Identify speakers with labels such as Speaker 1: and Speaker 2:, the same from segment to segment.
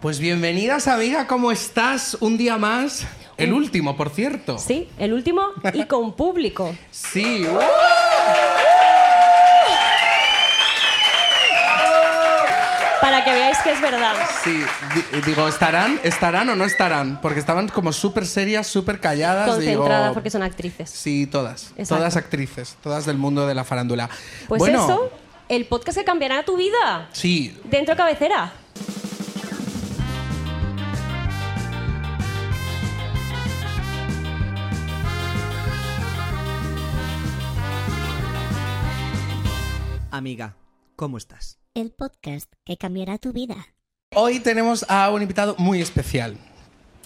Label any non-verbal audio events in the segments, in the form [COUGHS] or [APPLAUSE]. Speaker 1: Pues bienvenidas, amiga, ¿cómo estás? Un día más. El último, por cierto.
Speaker 2: Sí, el último y con público.
Speaker 1: Sí. ¡uh!
Speaker 2: Para que veáis que es verdad.
Speaker 1: Sí, di- digo, ¿estarán, ¿estarán o no estarán? Porque estaban como súper serias, súper calladas.
Speaker 2: Concentradas
Speaker 1: digo,
Speaker 2: porque son actrices.
Speaker 1: Sí, todas.
Speaker 2: Exacto.
Speaker 1: Todas actrices, todas del mundo de la farándula.
Speaker 2: Pues
Speaker 1: bueno,
Speaker 2: eso, el podcast que cambiará tu vida.
Speaker 1: Sí,
Speaker 2: Dentro cabecera.
Speaker 3: Amiga, ¿cómo estás?
Speaker 4: El podcast que cambiará tu vida.
Speaker 1: Hoy tenemos a un invitado muy especial.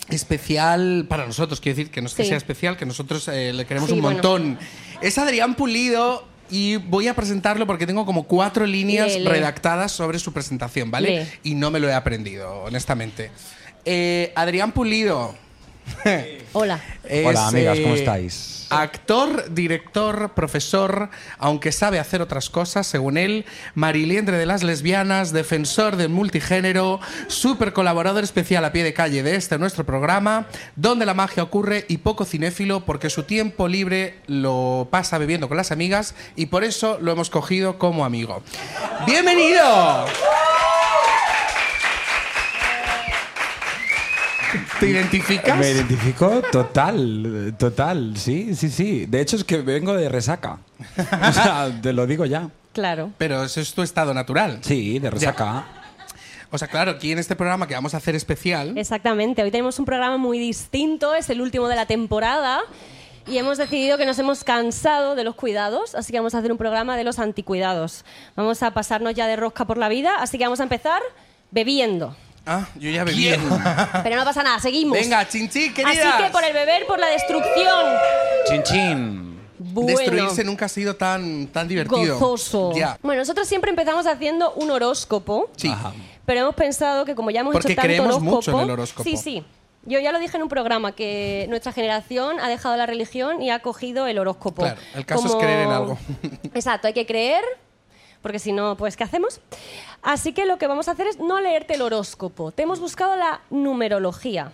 Speaker 1: Especial para nosotros, quiero decir, que no es que
Speaker 2: Sí.
Speaker 1: sea especial, que nosotros eh, le queremos
Speaker 2: Sí,
Speaker 1: un
Speaker 2: bueno.
Speaker 1: montón. Es Adrián Pulido y voy a presentarlo porque tengo como cuatro líneas
Speaker 2: Lee, lee.
Speaker 1: redactadas sobre su presentación, ¿vale?
Speaker 2: Lee.
Speaker 1: Y no me lo he aprendido, honestamente. Eh, Adrián Pulido.
Speaker 2: Hola.
Speaker 1: es,
Speaker 5: Hola, amigas,
Speaker 1: eh,
Speaker 5: ¿cómo estáis?
Speaker 1: Actor, director, profesor, aunque sabe hacer otras cosas, según él, mariliendre de las lesbianas, defensor del multigénero, super colaborador especial a pie de calle de este nuestro programa, donde la magia ocurre y poco cinéfilo porque su tiempo libre lo pasa bebiendo con las amigas y por eso lo hemos cogido como amigo. ¡Bienvenido! ¿Te identificas?
Speaker 5: Me identifico total, total, sí, sí, sí. De hecho es que vengo de resaca.
Speaker 2: [LAUGHS]
Speaker 5: O sea, te lo digo ya.
Speaker 2: Claro.
Speaker 1: Pero eso es tu estado natural.
Speaker 5: Sí, de resaca.
Speaker 1: O sea, claro, aquí en este programa que vamos a hacer especial.
Speaker 2: Exactamente. Hoy tenemos un programa muy distinto, es el último de la temporada. Y hemos decidido que nos hemos cansado de los cuidados, así que vamos a hacer un programa de los anticuidados. Vamos a pasarnos ya de rosca por la vida, así que vamos a empezar bebiendo.
Speaker 1: Ah, yo ya bebí.
Speaker 2: Pero no pasa nada, seguimos.
Speaker 1: Ah. Venga, chinchín, queridas.
Speaker 2: Así que por el beber, por la destrucción.
Speaker 5: Chin chin.
Speaker 2: Bueno,
Speaker 1: Destruirse nunca ha sido tan, tan divertido.
Speaker 2: gozoso.
Speaker 1: Ya.
Speaker 2: Bueno, nosotros siempre empezamos haciendo un horóscopo,
Speaker 1: Sí.
Speaker 2: pero hemos pensado que como ya hemos
Speaker 1: Porque
Speaker 2: hecho tanto
Speaker 1: creemos
Speaker 2: horóscopo,
Speaker 1: mucho en el horóscopo.
Speaker 2: Sí, sí. Yo ya lo dije en un programa que nuestra generación ha dejado la religión y ha cogido el horóscopo.
Speaker 1: Claro, el caso es creer en algo.
Speaker 2: [LAUGHS] Exacto, hay que creer, porque si no, pues ¿qué hacemos? Así que lo que vamos a hacer es no leerte el horóscopo. Te hemos buscado la numerología.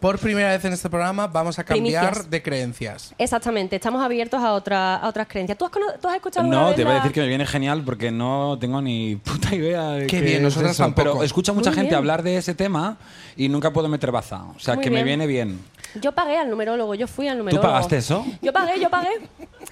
Speaker 1: Por primera vez en este programa vamos a cambiar
Speaker 2: Primicias.
Speaker 1: de creencias.
Speaker 2: Exactamente, estamos abiertos a, otra, a otras creencias. ¿Tú has, cono- tú has escuchado alguna
Speaker 5: No,
Speaker 2: vez
Speaker 5: te voy a
Speaker 2: la-
Speaker 5: decir que me viene genial porque no tengo ni puta idea de
Speaker 1: Qué bien, nosotras
Speaker 5: es eso.
Speaker 1: tampoco.
Speaker 5: Pero escucho a mucha
Speaker 2: Muy
Speaker 5: gente
Speaker 2: bien.
Speaker 5: hablar de ese tema y nunca puedo meter baza. O sea,
Speaker 2: Muy
Speaker 5: que me
Speaker 2: bien.
Speaker 5: viene bien.
Speaker 2: Yo pagué al numerólogo, yo fui al numerólogo.
Speaker 5: pagaste eso?
Speaker 2: Yo pagué, yo pagué.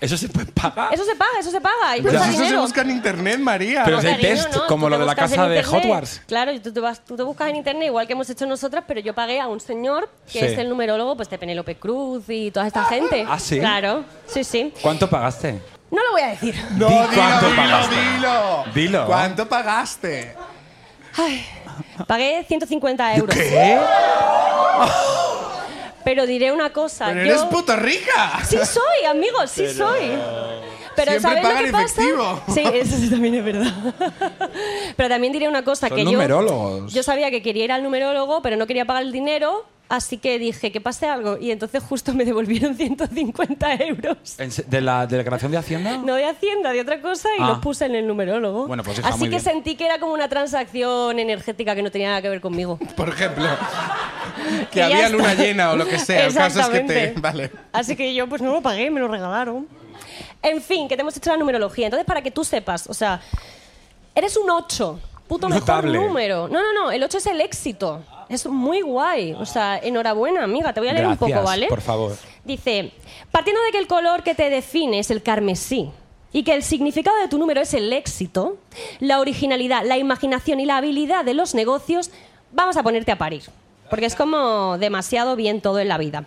Speaker 5: ¿Eso se puede pagar?
Speaker 2: Eso se paga, eso se paga. Y
Speaker 1: Ah. Pero
Speaker 2: cuesta
Speaker 1: si eso se
Speaker 2: dinero.
Speaker 1: busca en internet, María.
Speaker 5: Pero si hay
Speaker 2: Cariño,
Speaker 5: test,
Speaker 2: ¿no?
Speaker 5: como
Speaker 2: Tú
Speaker 5: lo
Speaker 2: te
Speaker 5: de la
Speaker 2: buscas
Speaker 5: casa
Speaker 2: en
Speaker 5: de
Speaker 2: internet.
Speaker 5: Hot Wars.
Speaker 2: Claro, y tú te, vas, tú te buscas en internet, igual que hemos hecho nosotras, pero yo pagué a un señor que
Speaker 5: Sí.
Speaker 2: es el numerólogo pues, de Penélope Cruz y toda esta gente.
Speaker 5: ¿Ah, sí?
Speaker 2: Claro, sí, sí.
Speaker 5: ¿Cuánto pagaste?
Speaker 2: No lo voy a
Speaker 5: [LAUGHS]
Speaker 2: decir.
Speaker 1: No,
Speaker 5: Di
Speaker 1: dilo,
Speaker 5: cuánto
Speaker 1: dilo,
Speaker 5: pagaste.
Speaker 1: dilo.
Speaker 5: Dilo.
Speaker 1: ¿Cuánto pagaste?
Speaker 2: Pagué 150 euros.
Speaker 5: ¿Qué?
Speaker 2: ¿Eh? Pero diré una cosa.
Speaker 1: Pero
Speaker 2: Ah, yo...
Speaker 1: eres puto rica. [LAUGHS]
Speaker 5: [LAUGHS]
Speaker 2: Sí soy, amigos, sí soy. Pero
Speaker 1: Siempre
Speaker 2: ¿sabes
Speaker 1: pagan
Speaker 2: lo que pasa?
Speaker 1: efectivo.
Speaker 5: [LAUGHS]
Speaker 2: Sí, eso sí también es verdad. [LAUGHS] pero también diré una cosa
Speaker 5: Son
Speaker 2: que yo
Speaker 5: numerólogos.
Speaker 2: yo sabía que quería ir al numerólogo, pero no quería pagar el dinero, así que dije que pase algo y entonces justo me devolvieron [LAUGHS] 150 euros.
Speaker 5: ¿En se- ¿De la declaración de Hacienda?
Speaker 2: No de Hacienda, de otra cosa, y
Speaker 5: Ah.
Speaker 2: los puse en el numerólogo.
Speaker 5: Bueno, pues, hija,
Speaker 2: Así
Speaker 5: muy
Speaker 2: que
Speaker 5: bien.
Speaker 2: sentí que era como una transacción energética que no tenía nada que ver conmigo.
Speaker 1: Por ejemplo,
Speaker 2: [LAUGHS] Y
Speaker 1: que
Speaker 2: ya
Speaker 1: había
Speaker 2: está.
Speaker 1: luna llena o lo que sea. El caso es que te. [LAUGHS]
Speaker 2: Exactamente.
Speaker 1: Vale.
Speaker 2: Así que yo pues no lo pagué, me lo regalaron. En fin, que te hemos hecho la numerología. Entonces, para que tú sepas, o sea, eres un 8. Puto
Speaker 5: Notable.
Speaker 2: mejor número. No, no, no, el 8 es el éxito. Es muy guay. O sea, enhorabuena, amiga. Te voy a leer un poco,
Speaker 5: Gracias,
Speaker 2: ¿vale?
Speaker 5: por favor.
Speaker 2: Dice, partiendo de que el color que te define es el carmesí y que el significado de tu número es el éxito, la originalidad, la imaginación y la habilidad de los negocios, vamos a ponerte a parir. Porque es como demasiado bien todo en la vida.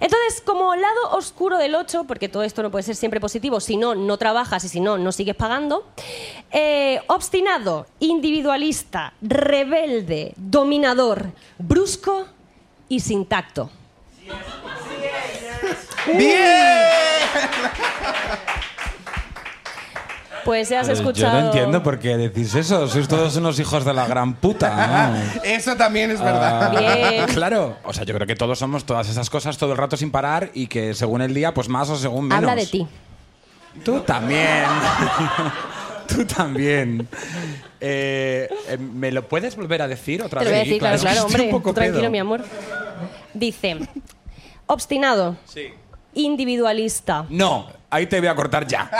Speaker 2: Entonces, como lado oscuro del 8, porque todo esto no puede ser siempre positivo, si no, no trabajas y si no, no sigues pagando, eh, obstinado, individualista, rebelde, dominador, brusco y sin tacto.
Speaker 1: ¡Bien!
Speaker 2: Pues ya has
Speaker 5: Pero
Speaker 2: escuchado.
Speaker 5: Yo no entiendo por qué decís eso. Sois todos unos hijos de la gran puta. ¿no?
Speaker 1: [LAUGHS] Eso también es verdad.
Speaker 2: Bien.
Speaker 5: Ah, [LAUGHS] Claro. O sea, yo creo que todos somos todas esas cosas todo el rato sin parar y que según el día, pues más o según menos.
Speaker 2: Habla de ti.
Speaker 5: Tú también. [LAUGHS] Tú también. Eh, eh, ¿Me lo puedes volver a decir otra
Speaker 2: Te lo
Speaker 5: vez?
Speaker 2: voy a decir, claro,
Speaker 5: es que
Speaker 2: claro,
Speaker 5: estoy
Speaker 2: hombre.
Speaker 5: un poco
Speaker 2: tú tranquilo,
Speaker 5: pedo.
Speaker 2: mi amor. Dice, obstinado, individualista.
Speaker 5: No, ahí te voy a cortar ya.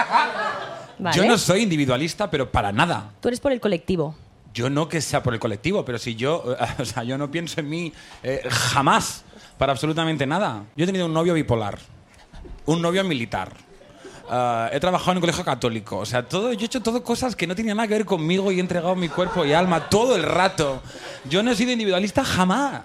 Speaker 2: ¿vale?
Speaker 5: Yo no soy individualista, pero para nada.
Speaker 2: Tú eres por el colectivo.
Speaker 5: Yo no que sea por el colectivo, pero si yo, [LAUGHS] o sea, yo no pienso en mí eh, jamás para absolutamente nada. Yo he tenido un novio bipolar, un novio militar. Ah, he trabajado en un colegio católico, o sea, todo, yo he hecho todo cosas que no tenían nada que ver conmigo y he entregado mi cuerpo y alma todo el rato. Yo no he sido individualista jamás.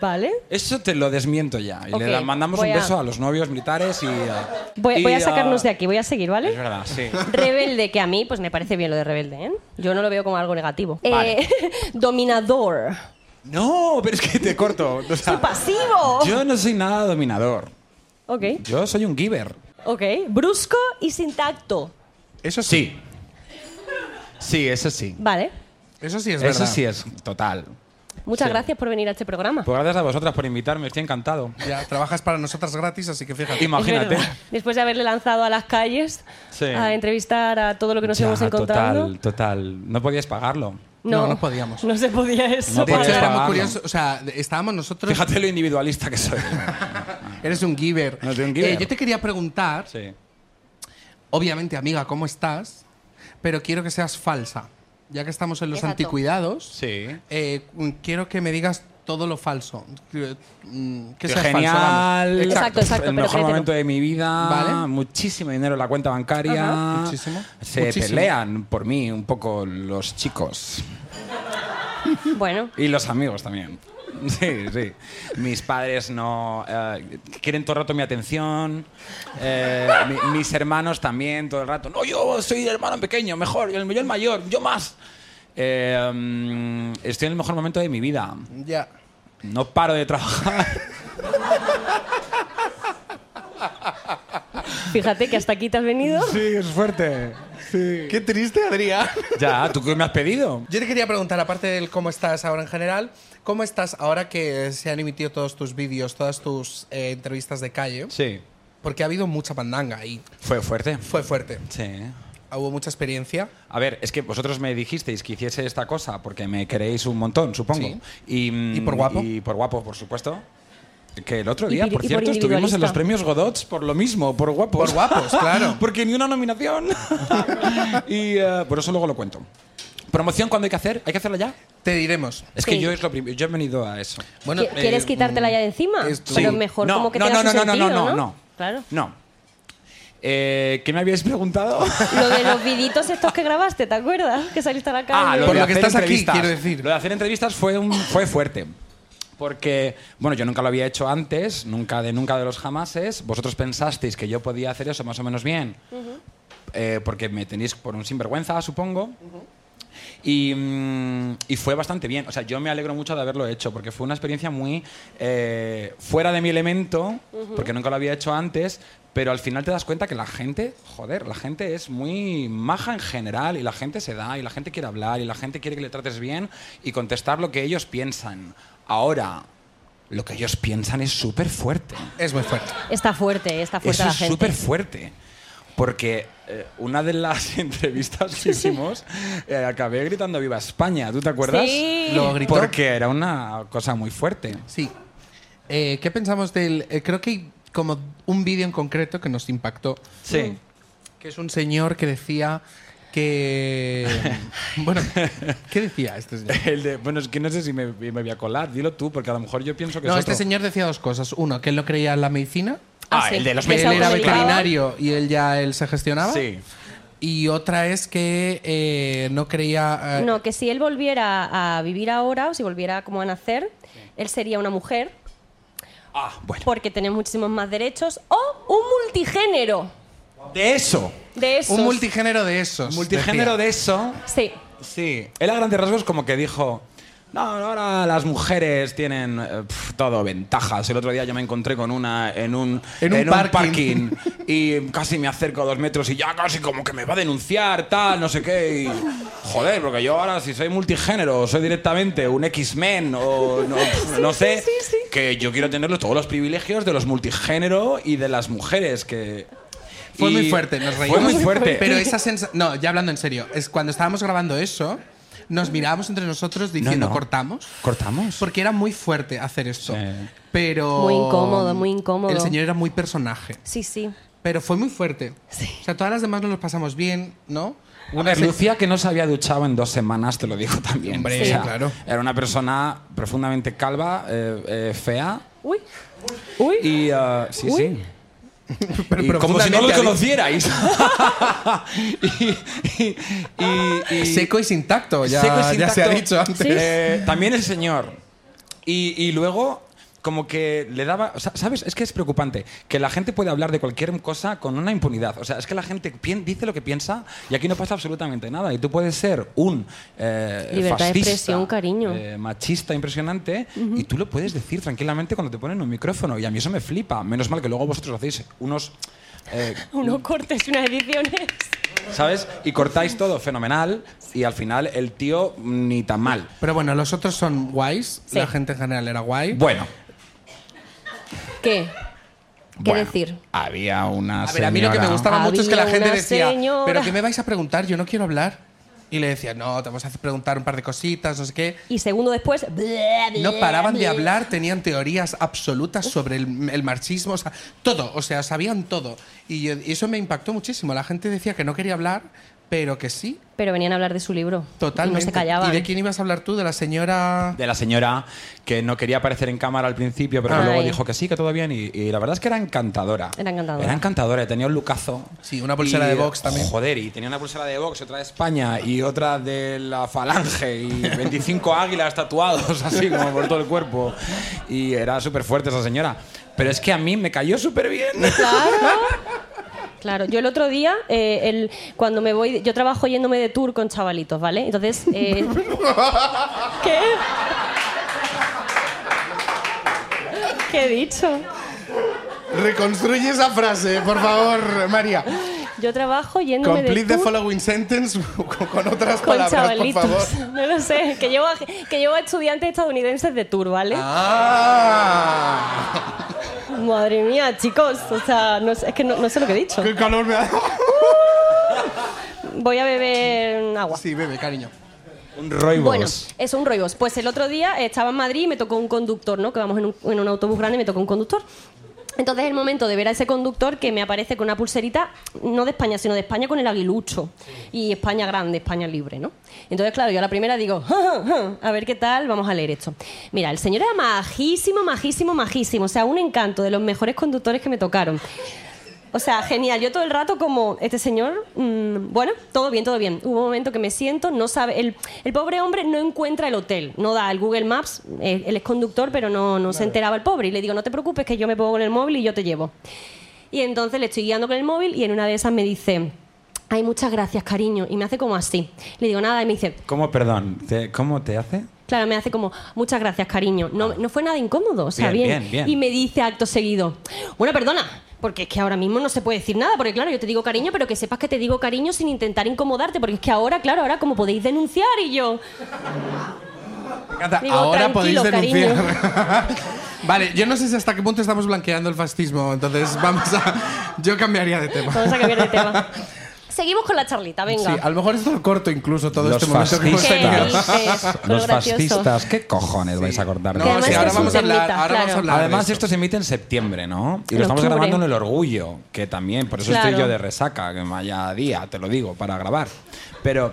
Speaker 2: ¿Vale?
Speaker 5: Eso te lo desmiento ya. Y
Speaker 2: Ok,
Speaker 5: le da- mandamos
Speaker 2: voy
Speaker 5: un
Speaker 2: a-
Speaker 5: beso a... los novios militares y. ah,
Speaker 2: Voy,
Speaker 5: y,
Speaker 2: voy a
Speaker 5: ah,
Speaker 2: sacarnos de aquí, voy a seguir,
Speaker 5: Es
Speaker 2: ¿vale?
Speaker 5: verdad, sí.
Speaker 2: Rebelde, que a mí pues me parece bien lo de rebelde, ¿eh? Yo no lo veo como algo negativo.
Speaker 5: Vale. Ah.
Speaker 2: Eh, [LAUGHS] dominador.
Speaker 5: No, pero es que te corto. o sea,
Speaker 2: ¡Soy pasivo!
Speaker 5: yo no soy nada dominador.
Speaker 2: Ok,
Speaker 5: Yo soy un giver.
Speaker 2: ok. Brusco y sin tacto.
Speaker 1: Eso sí.
Speaker 5: Sí. Sí, eso sí.
Speaker 2: Vale.
Speaker 1: Eso sí es verdad.
Speaker 5: Eso sí es total.
Speaker 2: Muchas
Speaker 5: Sí.
Speaker 2: gracias por venir a este programa.
Speaker 5: Pues gracias a vosotras por invitarme, estoy encantado.
Speaker 1: Ya trabajas para nosotras gratis, así que fíjate.
Speaker 2: Es
Speaker 5: Imagínate.
Speaker 2: verdad. Después de haberle lanzado a las calles
Speaker 5: Sí.
Speaker 2: a entrevistar a todo lo que nos
Speaker 5: Ya,
Speaker 2: hemos encontrado.
Speaker 5: total, total. No podías pagarlo.
Speaker 1: No, no podíamos.
Speaker 2: No se podía eso.
Speaker 5: No
Speaker 1: De hecho,
Speaker 5: podías
Speaker 2: pagar.
Speaker 1: éramos
Speaker 5: pagarlo.
Speaker 1: curiosos. O sea, de- estábamos nosotros.
Speaker 5: pues Fíjate lo individualista que soy. [LAUGHS]
Speaker 1: Eres un giver.
Speaker 5: No soy un giver.
Speaker 1: Eh, yo te quería preguntar,
Speaker 5: Sí.
Speaker 1: obviamente, amiga, ¿cómo estás? Pero quiero que seas falsa. Ya que estamos en los
Speaker 2: Exacto.
Speaker 1: anticuidados,
Speaker 5: Sí.
Speaker 1: eh, mm, quiero que me digas todo lo falso. Que mm, que
Speaker 5: Qué
Speaker 1: seas
Speaker 5: genial.
Speaker 1: falsa, vamos.
Speaker 2: Exacto, exacto,
Speaker 5: El
Speaker 2: pero
Speaker 5: mejor
Speaker 2: créetelo.
Speaker 5: momento de mi vida.
Speaker 1: Vale.
Speaker 5: Muchísimo dinero en la cuenta bancaria.
Speaker 1: Ajá. Muchísimo.
Speaker 5: Se
Speaker 1: Muchísimo.
Speaker 5: pelean por mí un poco los chicos.
Speaker 2: Bueno,
Speaker 5: Y los amigos también. [LAUGHS] Sí, sí. Mis padres no. eh, quieren todo el rato mi atención. Eh, mi- mis hermanos también todo el rato. No, yo soy el hermano pequeño, mejor. Yo el, yo el mayor, yo más. Eh, mm, estoy en el mejor momento de mi vida.
Speaker 1: Ya.
Speaker 5: No paro de trabajar.
Speaker 2: fíjate que hasta aquí te has venido.
Speaker 5: [LAUGHS] Sí, es fuerte. Sí.
Speaker 1: Qué triste, Adrián.
Speaker 5: Ya, ¿tú qué me has pedido?
Speaker 1: Yo te quería preguntar, aparte del cómo estás ahora en general, ¿cómo estás ahora que se han emitido todos tus vídeos, todas tus eh, entrevistas de calle?
Speaker 5: Sí.
Speaker 1: Porque ha habido mucha pandanga y
Speaker 5: Fue fuerte.
Speaker 1: fue fuerte.
Speaker 5: Sí.
Speaker 1: Hubo mucha experiencia.
Speaker 5: A ver, es que vosotros me dijisteis que hiciese esta cosa porque me queréis un montón, supongo.
Speaker 1: Sí.
Speaker 5: Y, mm,
Speaker 1: ¿Y por guapo?
Speaker 5: Y por guapo, por supuesto. Que el otro
Speaker 2: Y
Speaker 5: día,
Speaker 2: piri- y
Speaker 5: por
Speaker 2: por
Speaker 5: cierto, estuvimos en los
Speaker 2: individualista.
Speaker 5: premios Godots por lo mismo, por
Speaker 1: Por
Speaker 5: guapos. [LAUGHS]
Speaker 1: guapos, claro.
Speaker 5: porque ni una nominación. [LAUGHS] y eh, por eso luego lo cuento. ¿Promoción cuándo hay que hacer? ¿Hay que hacerla ya?
Speaker 1: Te diremos.
Speaker 5: Es
Speaker 2: Sí.
Speaker 5: que yo es lo primero. Yo he venido a eso.
Speaker 1: Bueno,
Speaker 2: ¿Qui- ¿Quieres
Speaker 1: eh,
Speaker 2: quitártela ya de encima?
Speaker 1: es- sí.
Speaker 2: Pero mejor
Speaker 5: No,
Speaker 2: como que
Speaker 5: no,
Speaker 2: tenga
Speaker 5: no,
Speaker 2: su
Speaker 5: no, no,
Speaker 2: sentido,
Speaker 5: no, no,
Speaker 2: Claro.
Speaker 5: No. Eh, ¿Qué me habíais [LAUGHS] preguntado?
Speaker 2: Lo de los viditos estos que grabaste, ¿te acuerdas? Que saliste a la calle.
Speaker 5: Ah, lo
Speaker 1: Por
Speaker 5: de
Speaker 1: lo que
Speaker 5: hacer
Speaker 1: estás aquí,
Speaker 5: entrevistas.
Speaker 1: quiero decir.
Speaker 5: Lo de hacer entrevistas fue, un, fue fuerte. Porque, bueno, yo nunca lo había hecho antes, nunca de nunca de los jamases. Vosotros pensasteis que yo podía hacer eso más o menos bien, eh, porque me tenéis por un sinvergüenza, supongo. Y, mm, y fue bastante bien. O sea, yo me alegro mucho de haberlo hecho, porque fue una experiencia muy eh, fuera de mi elemento, porque nunca lo había hecho antes, pero al final te das cuenta que la gente, joder, la gente es muy maja en general, y la gente se da, y la gente quiere hablar, y la gente quiere que le trates bien y contestar lo que ellos piensan. Ahora, lo que ellos piensan es súper fuerte.
Speaker 1: Es muy fuerte.
Speaker 2: Está fuerte, eh, está fuerte
Speaker 5: Eso
Speaker 2: la
Speaker 5: es
Speaker 2: gente.
Speaker 5: súper fuerte. Porque eh, una de las [LAUGHS] entrevistas que hicimos, eh, acabé gritando Viva España, ¿tú te acuerdas?
Speaker 2: Sí.
Speaker 1: Lo gritó.
Speaker 5: Porque era una cosa muy fuerte.
Speaker 1: Sí. Eh, ¿Qué pensamos del...? eh, creo que hay como un vídeo en concreto que nos impactó,
Speaker 5: Sí.
Speaker 1: que es un señor que decía que... bueno, ¿qué decía este señor?
Speaker 5: [LAUGHS] El de, bueno, es que no sé si me, me voy a colar, dilo tú, porque a lo mejor yo pienso que
Speaker 1: No,
Speaker 5: es
Speaker 1: este
Speaker 5: otro.
Speaker 1: señor decía dos cosas. Uno, que él no creía en la medicina.
Speaker 5: Ah,
Speaker 2: Ah, sí.
Speaker 5: el de los
Speaker 1: que
Speaker 2: Que se
Speaker 1: él era
Speaker 2: autodedicaba.
Speaker 1: veterinario y él ya él se gestionaba.
Speaker 5: Sí.
Speaker 1: Y otra es que eh, no creía... eh,
Speaker 2: No, que si él volviera a vivir ahora o si volviera como a nacer, él sería una mujer
Speaker 5: Ah, bueno.
Speaker 2: porque tiene muchísimos más derechos o un multigénero
Speaker 5: De eso.
Speaker 2: de esos.
Speaker 1: Un multigénero de esos.
Speaker 5: Multigénero de eso.
Speaker 2: Sí.
Speaker 5: Sí. Él a grandes rasgos como que dijo... No, ahora las mujeres tienen eh, pf, todo ventajas. El otro día yo me encontré con una en un,
Speaker 1: En un parking. [LAUGHS]
Speaker 5: parking y casi me acerco a dos metros y ya casi como que me va a denunciar, tal, no sé qué. y, joder, porque yo ahora si soy multigénero, soy directamente un X-Men o
Speaker 1: [LAUGHS]
Speaker 5: no, pf, no sé, que yo quiero tener todos los privilegios de los multigénero y de las mujeres que...
Speaker 1: Fue
Speaker 5: y-
Speaker 1: muy fuerte, nos reímos.
Speaker 5: Fue muy fuerte.
Speaker 1: Pero esa sensación. No, ya hablando en serio, es cuando estábamos grabando eso, nos mirábamos entre nosotros
Speaker 5: No,
Speaker 1: diciendo
Speaker 5: no.
Speaker 1: cortamos.
Speaker 5: Cortamos.
Speaker 1: Porque era muy fuerte hacer esto.
Speaker 5: Sí.
Speaker 1: Pero.
Speaker 2: Muy incómodo, muy incómodo.
Speaker 1: El señor era muy personaje.
Speaker 2: Sí, sí.
Speaker 1: Pero fue muy fuerte. O sea, todas las demás nos lo pasamos bien, ¿no?
Speaker 5: A ver, Lucía, que no se había duchado en dos semanas, te lo dijo también.
Speaker 1: Hombre, claro.
Speaker 5: Era una persona profundamente calva, eh, eh, fea.
Speaker 2: Uy. Uy.
Speaker 5: Y. eh, sí,
Speaker 2: Uy.
Speaker 5: sí. Y como si no lo
Speaker 1: profundamente
Speaker 5: conocierais. [LAUGHS] y, y- y- y-
Speaker 1: Seco y sin tacto, ya,
Speaker 5: seco y sin
Speaker 1: ya se ha
Speaker 5: tacto.
Speaker 1: dicho antes.
Speaker 5: Eh, también el señor. Y, y luego, como que le daba. o sea, ¿Sabes? Es que es preocupante que la gente puede hablar de cualquier cosa con una impunidad. O sea, es que la gente pien- dice lo que piensa y aquí no pasa absolutamente nada. Y tú puedes ser un. eh,
Speaker 2: Libertad de
Speaker 5: fascista,
Speaker 2: expresión, cariño.
Speaker 5: eh, machista impresionante y tú lo puedes decir tranquilamente cuando te ponen un micrófono. Y a mí eso me flipa. Menos mal que luego vosotros hacéis unos. eh,
Speaker 2: Unos cortes y unas ediciones.
Speaker 5: ¿Sabes? Y cortáis todo fenomenal y al final el tío ni tan mal.
Speaker 1: Pero bueno, los otros son guays.
Speaker 2: Sí.
Speaker 1: La gente en general era guay.
Speaker 5: Bueno.
Speaker 2: ¿Qué? ¿Qué
Speaker 5: bueno,
Speaker 2: decir?
Speaker 5: Había una
Speaker 1: A ver, a mí lo que me
Speaker 5: señora-
Speaker 1: gustaba mucho es que la
Speaker 2: Había
Speaker 1: gente
Speaker 2: una
Speaker 1: decía,
Speaker 2: señora.
Speaker 1: ¿pero qué me vais a preguntar? Yo no quiero hablar. Y le decía, no, te vamos a preguntar un par de cositas, no sé qué.
Speaker 2: Y segundo después. bla, bla,
Speaker 1: No paraban de
Speaker 2: bla.
Speaker 1: hablar, tenían teorías absolutas sobre el, el marxismo, o sea, todo, o sea, sabían todo. Y, yo- y eso me impactó muchísimo. La gente decía que no quería hablar, pero que sí,
Speaker 2: Pero venían a hablar de su libro.
Speaker 1: totalmente.
Speaker 2: Y no se callaban.
Speaker 1: ¿Y de quién ibas a hablar tú? ¿De la señora...?
Speaker 5: de la señora que no quería aparecer en cámara al principio, pero que
Speaker 2: Ay.
Speaker 5: luego dijo que sí, que todo bien. Y, y la verdad es que era encantadora.
Speaker 2: Era encantadora.
Speaker 5: Era encantadora, tenía un lucazo.
Speaker 1: Sí, una pulsera de box también.
Speaker 5: Joder, y tenía una pulsera de box, otra de España y otra de la Falange y 25 [LAUGHS] águilas tatuados así como por todo el cuerpo. Y era súper fuerte esa señora. Pero es que a mí me cayó súper bien. [LAUGHS]
Speaker 2: Claro. Claro, yo el otro día, eh, el, cuando me voy, yo trabajo yéndome de tour con chavalitos, ¿vale? Entonces, eh, ¿qué? ¿Qué he dicho?
Speaker 1: Reconstruye esa frase, por favor, María.
Speaker 2: Yo trabajo yéndome
Speaker 1: Complete
Speaker 2: de
Speaker 1: the
Speaker 2: tour
Speaker 1: following sentence [LAUGHS] con, con otras
Speaker 2: con
Speaker 1: palabras, por favor.
Speaker 2: chavalitos. [LAUGHS] No lo sé, que llevo, a, que llevo a estudiantes estadounidenses de tour, ¿vale?
Speaker 1: ¡Ah!
Speaker 2: Madre mía, chicos, o sea, no sé- es que no, no sé lo que he dicho.
Speaker 1: ¡Qué calor me ha dado!
Speaker 2: [LAUGHS] Voy a beber agua.
Speaker 1: Sí, bebe, cariño.
Speaker 5: Un roibos.
Speaker 2: Bueno, es un roibos. Pues el otro día estaba en Madrid y me tocó un conductor, ¿no? Que vamos en un, en un autobús grande y me tocó un conductor. Entonces el momento de ver a ese conductor que me aparece con una pulserita, no de España, sino de España con el aguilucho. Y España grande, España libre, ¿no? Entonces, claro, yo a la primera digo, "Ja, ja, ja, a ver qué tal, vamos a leer esto. Mira, el señor era majísimo, majísimo, majísimo. O sea, un encanto de los mejores conductores que me tocaron. O sea, genial. Yo todo el rato como, este señor, mm, bueno, todo bien, todo bien. Hubo un momento que me siento, no sabe, el, el pobre hombre no encuentra el hotel, no da el Google Maps, eh, él es conductor, pero no, no se enteraba el pobre. Y le digo, no te preocupes, que yo me pongo con el móvil y yo te llevo. Y entonces le estoy guiando con el móvil y en una de esas me dice, ay, muchas gracias, cariño. Y me hace como así. Le digo nada y me dice,
Speaker 5: ¿Cómo, perdón? ¿Te- ¿Cómo te hace?
Speaker 2: Claro, me hace como, muchas gracias, cariño. No, no fue nada incómodo, o sea,
Speaker 5: Bien,
Speaker 2: bien,
Speaker 5: bien, bien.
Speaker 2: Y me dice acto seguido, bueno, perdona, porque es que ahora mismo no se puede decir nada, porque claro, yo te digo cariño, pero que sepas que te digo cariño sin intentar incomodarte, porque es que ahora, claro, ahora como podéis denunciar y yo...
Speaker 1: Me encanta.
Speaker 2: Digo,
Speaker 1: Ahora podéis
Speaker 2: tranquilo,
Speaker 1: denunciar. [LAUGHS] vale, yo no sé si hasta qué punto estamos blanqueando el fascismo, entonces vamos a. [LAUGHS] Yo cambiaría de tema.
Speaker 2: Vamos a cambiar de tema. Seguimos con la charlita, venga.
Speaker 1: Sí, a lo mejor esto lo corto incluso todo
Speaker 5: Los
Speaker 1: este momento que hemos tenido.
Speaker 5: fascistas.
Speaker 2: ¿Qué dices? Todo
Speaker 1: [LAUGHS]
Speaker 5: Los
Speaker 2: gracioso.
Speaker 5: fascistas, ¿qué cojones [LAUGHS] vais a cortar?
Speaker 1: No,
Speaker 2: Que además
Speaker 1: sí, ahora
Speaker 2: es un
Speaker 1: vamos a hablar.
Speaker 2: temita,
Speaker 1: Ahora vamos a
Speaker 2: claro.
Speaker 1: hablar. de
Speaker 5: Además,
Speaker 1: eso.
Speaker 5: esto se emite en septiembre, ¿no? Y
Speaker 2: En
Speaker 5: lo estamos
Speaker 2: octubre.
Speaker 5: grabando en el orgullo, que también, por eso
Speaker 2: Claro.
Speaker 5: estoy yo de resaca, que vaya día, te lo digo, para grabar. Pero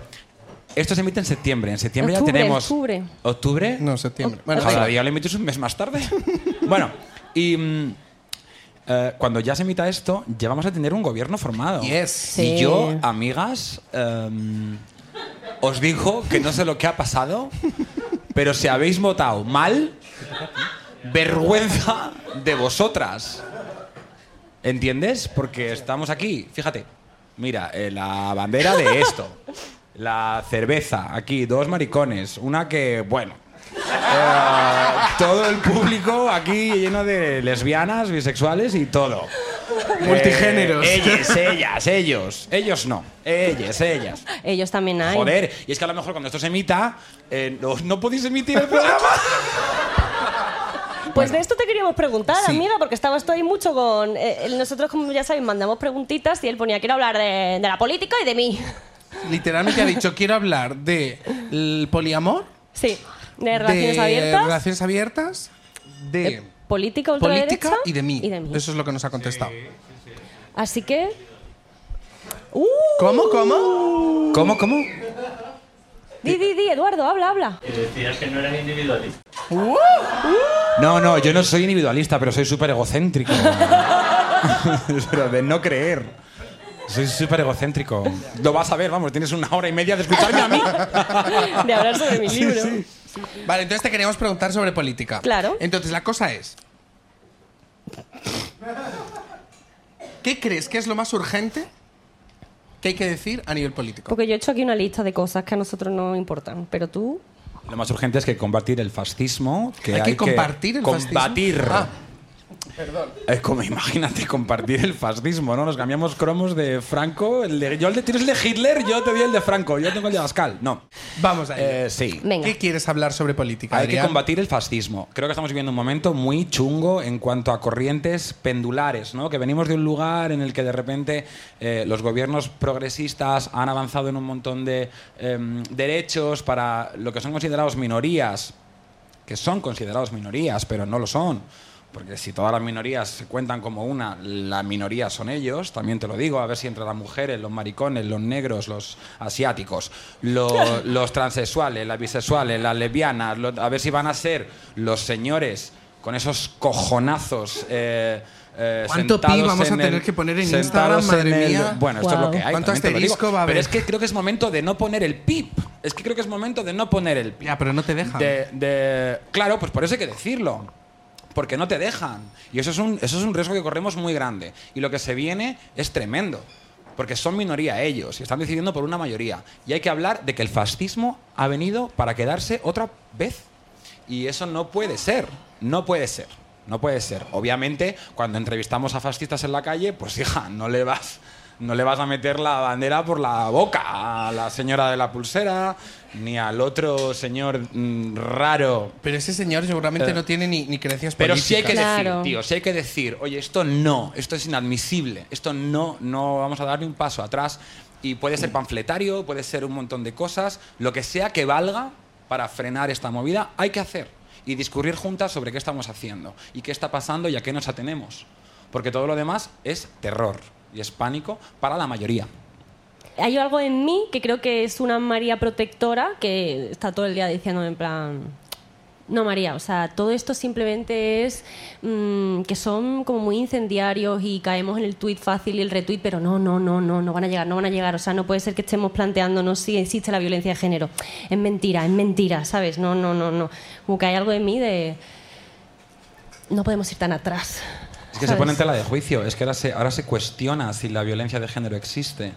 Speaker 5: esto se emite en septiembre. En septiembre
Speaker 2: Octubre,
Speaker 5: ya tenemos.
Speaker 2: octubre.
Speaker 5: ¿Octubre?
Speaker 1: No, septiembre. Bueno,
Speaker 5: Bueno,
Speaker 1: da igual.
Speaker 5: todavía lo emites un mes más tarde. bueno, y. mm, eh, cuando ya se emita esto, ya vamos a tener un gobierno formado.
Speaker 1: Yes.
Speaker 2: Sí.
Speaker 5: Y yo, amigas, em, os digo que no sé lo que ha pasado, pero si habéis votado mal, vergüenza de vosotras. ¿Entiendes? Porque estamos aquí, fíjate. Mira, eh, la bandera de esto. La cerveza, aquí, dos maricones. Una que, bueno. eh, todo el público aquí lleno de lesbianas, bisexuales y [LAUGHS] todo.
Speaker 1: Multigéneros.
Speaker 5: Eh, ellas, ellas, ellos. Ellos no. Ellas, ellas.
Speaker 2: Ellos también hay.
Speaker 5: Joder, y es que a lo mejor cuando esto se emita, eh, no, no podéis emitir el programa.
Speaker 2: Pues de esto te quería queríamos preguntar,
Speaker 5: Sí.
Speaker 2: amiga, porque estabas tú ahí mucho con... eh, él- nosotros, como ya sabéis, mandamos preguntitas y él ponía, quiero hablar de, de la política y de mí. [LAUGHS]
Speaker 1: Literalmente ha dicho, quiero hablar de el poliamor,
Speaker 2: Sí, de
Speaker 1: de
Speaker 2: relaciones abiertas,
Speaker 1: relaciones abiertas, de
Speaker 2: Eh, política, ultraderecha
Speaker 1: Eh, política y de, mí. Eso es lo que nos ha contestado.
Speaker 2: Así que... ¡Uh!
Speaker 1: ¿Cómo, cómo?
Speaker 5: ¿Cómo, cómo?
Speaker 2: Di, di, di, Eduardo,
Speaker 1: [LAUGHS]
Speaker 2: habla, habla.
Speaker 6: Y decías que no eras individualista.
Speaker 5: No, no, yo no soy individualista, pero soy súper egocéntrico. [LAUGHS] pero de no creer. Soy súper egocéntrico. Lo vas a ver, vamos, tienes una hora y media de escucharme a mí.
Speaker 2: De hablar sobre mi libro.
Speaker 1: Vale, entonces te queríamos preguntar sobre política.
Speaker 2: Claro.
Speaker 1: Entonces la cosa es... ¿Qué crees que es lo más urgente que hay que decir a nivel político?
Speaker 2: Porque yo he hecho aquí una lista de cosas que a nosotros no nos importan, pero tú...
Speaker 5: [LAUGHS] Lo más urgente es que combatir el fascismo. Que
Speaker 1: hay,
Speaker 5: hay,
Speaker 1: que compartir el
Speaker 5: combatir.
Speaker 1: fascismo. Ah,
Speaker 5: Es como, imagínate compartir el fascismo, ¿no? Nos cambiamos cromos de Franco. El de, yo el de, tienes el de Hitler, yo te doy el de Franco. Yo tengo el de Pascal. No.
Speaker 1: vamos a ello.
Speaker 5: Eh, sí.
Speaker 2: Venga.
Speaker 1: ¿Qué quieres hablar sobre política?
Speaker 5: Hay que
Speaker 1: Adrián?
Speaker 5: combatir el fascismo. Creo que estamos viviendo un momento muy chungo en cuanto a corrientes pendulares, ¿no? Que venimos de un lugar en el que de repente eh, los gobiernos progresistas han avanzado en un montón de em, derechos para lo que son considerados minorías, que son considerados minorías, pero no lo son. Porque si todas las minorías se cuentan como una, la minoría son ellos, también te lo digo, a ver si entre las mujeres, los maricones, los negros, los asiáticos,
Speaker 1: [LAUGHS]
Speaker 5: lo- los transexuales, las bisexuales, las lesbianas, lo- a ver si van a ser los señores con esos cojonazos. eh, eh,
Speaker 1: ¿Cuánto pi
Speaker 5: sentados
Speaker 1: vamos a
Speaker 5: en
Speaker 1: tener
Speaker 5: el-
Speaker 1: que poner en
Speaker 5: sentados
Speaker 1: Instagram, madre
Speaker 5: en el-
Speaker 1: mía?
Speaker 5: Bueno, esto es lo
Speaker 2: Guau.
Speaker 5: que hay.
Speaker 1: ¿Cuánto
Speaker 5: también te lo digo.
Speaker 1: asterisco va a haber?
Speaker 5: Pero es que creo que es momento de no poner el pip. Es que creo que es momento de no poner el pip.
Speaker 1: Ya, pero no te dejan.
Speaker 5: De, de- claro, pues por eso hay que decirlo. Porque no te dejan. Y eso es, un, eso es un riesgo que corremos muy grande. Y lo que se viene es tremendo. Porque son minoría ellos y están decidiendo por una mayoría. Y hay que hablar de que el fascismo ha venido para quedarse otra vez. Y eso no puede ser. No puede ser. No puede ser. Obviamente, cuando entrevistamos a fascistas en la calle, pues [LAUGHS] hija, no le vas. No le vas a meter la bandera por la boca a la señora de la pulsera, ni al otro señor mm, raro
Speaker 1: Pero ese señor seguramente
Speaker 5: Eh.
Speaker 1: no tiene ni, ni creencias
Speaker 5: pero
Speaker 1: políticas.
Speaker 5: sí hay que
Speaker 2: Claro.
Speaker 5: decir, tío, sí hay que decir, oye, esto no, esto es inadmisible, esto no, no vamos a darle un paso atrás. Y puede ser panfletario, puede ser un montón de cosas, lo que sea que valga para frenar esta movida, hay que hacer. Y discurrir juntas sobre qué estamos haciendo y qué está pasando y a qué nos atenemos. Porque todo lo demás es terror y es pánico para la mayoría.
Speaker 2: Hay algo en mí que creo que es una María protectora que está todo el día diciendo en plan... No, María, o sea, todo esto simplemente es mm, que son como muy incendiarios y caemos en el tuit fácil y el retweet, pero no, no, no, no, no van a llegar, no van a llegar. O sea, no puede ser que estemos planteándonos si existe la violencia de género. Es mentira, es mentira, ¿sabes? No, no, no, no. Como que hay algo en mí de... No podemos ir tan atrás.
Speaker 5: Es que se
Speaker 2: ¿sabes?
Speaker 5: pone en tela de juicio. Es que ahora se, ahora se cuestiona si la violencia de género existe,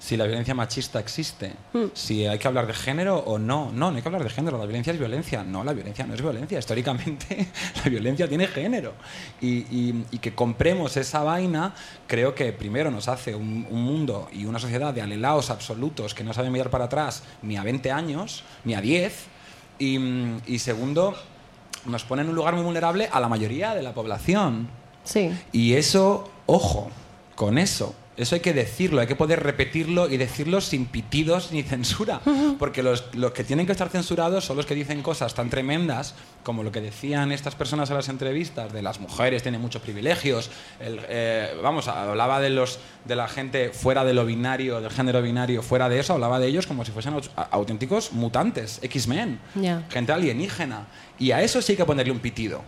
Speaker 5: si la violencia machista existe, si hay que hablar de género o no. No, no hay que hablar de género. La violencia es violencia. No, la violencia no es violencia. Históricamente, [LAUGHS] la violencia tiene género. Y, y- y que compremos esa vaina, creo que primero nos hace un, un mundo y una sociedad de alelaos absolutos que no saben mirar para atrás ni a 20 años, ni a 10. Y, mm, y segundo, nos pone en un lugar muy vulnerable a la mayoría de la población.
Speaker 2: Sí.
Speaker 5: Y eso, ojo, con eso. Eso hay que decirlo, hay que poder repetirlo y decirlo sin pitidos ni [LAUGHS] censura. Porque los, los que tienen que estar censurados son los que dicen cosas tan tremendas como lo que decían estas personas en las entrevistas de las mujeres tienen muchos privilegios. el, eh, vamos, hablaba de, los, de la gente fuera de lo binario, del género binario, fuera de eso, hablaba de ellos como si fuesen au- auténticos mutantes, X-Men
Speaker 2: Ya.
Speaker 5: gente alienígena. Y a eso sí hay que ponerle un pitido.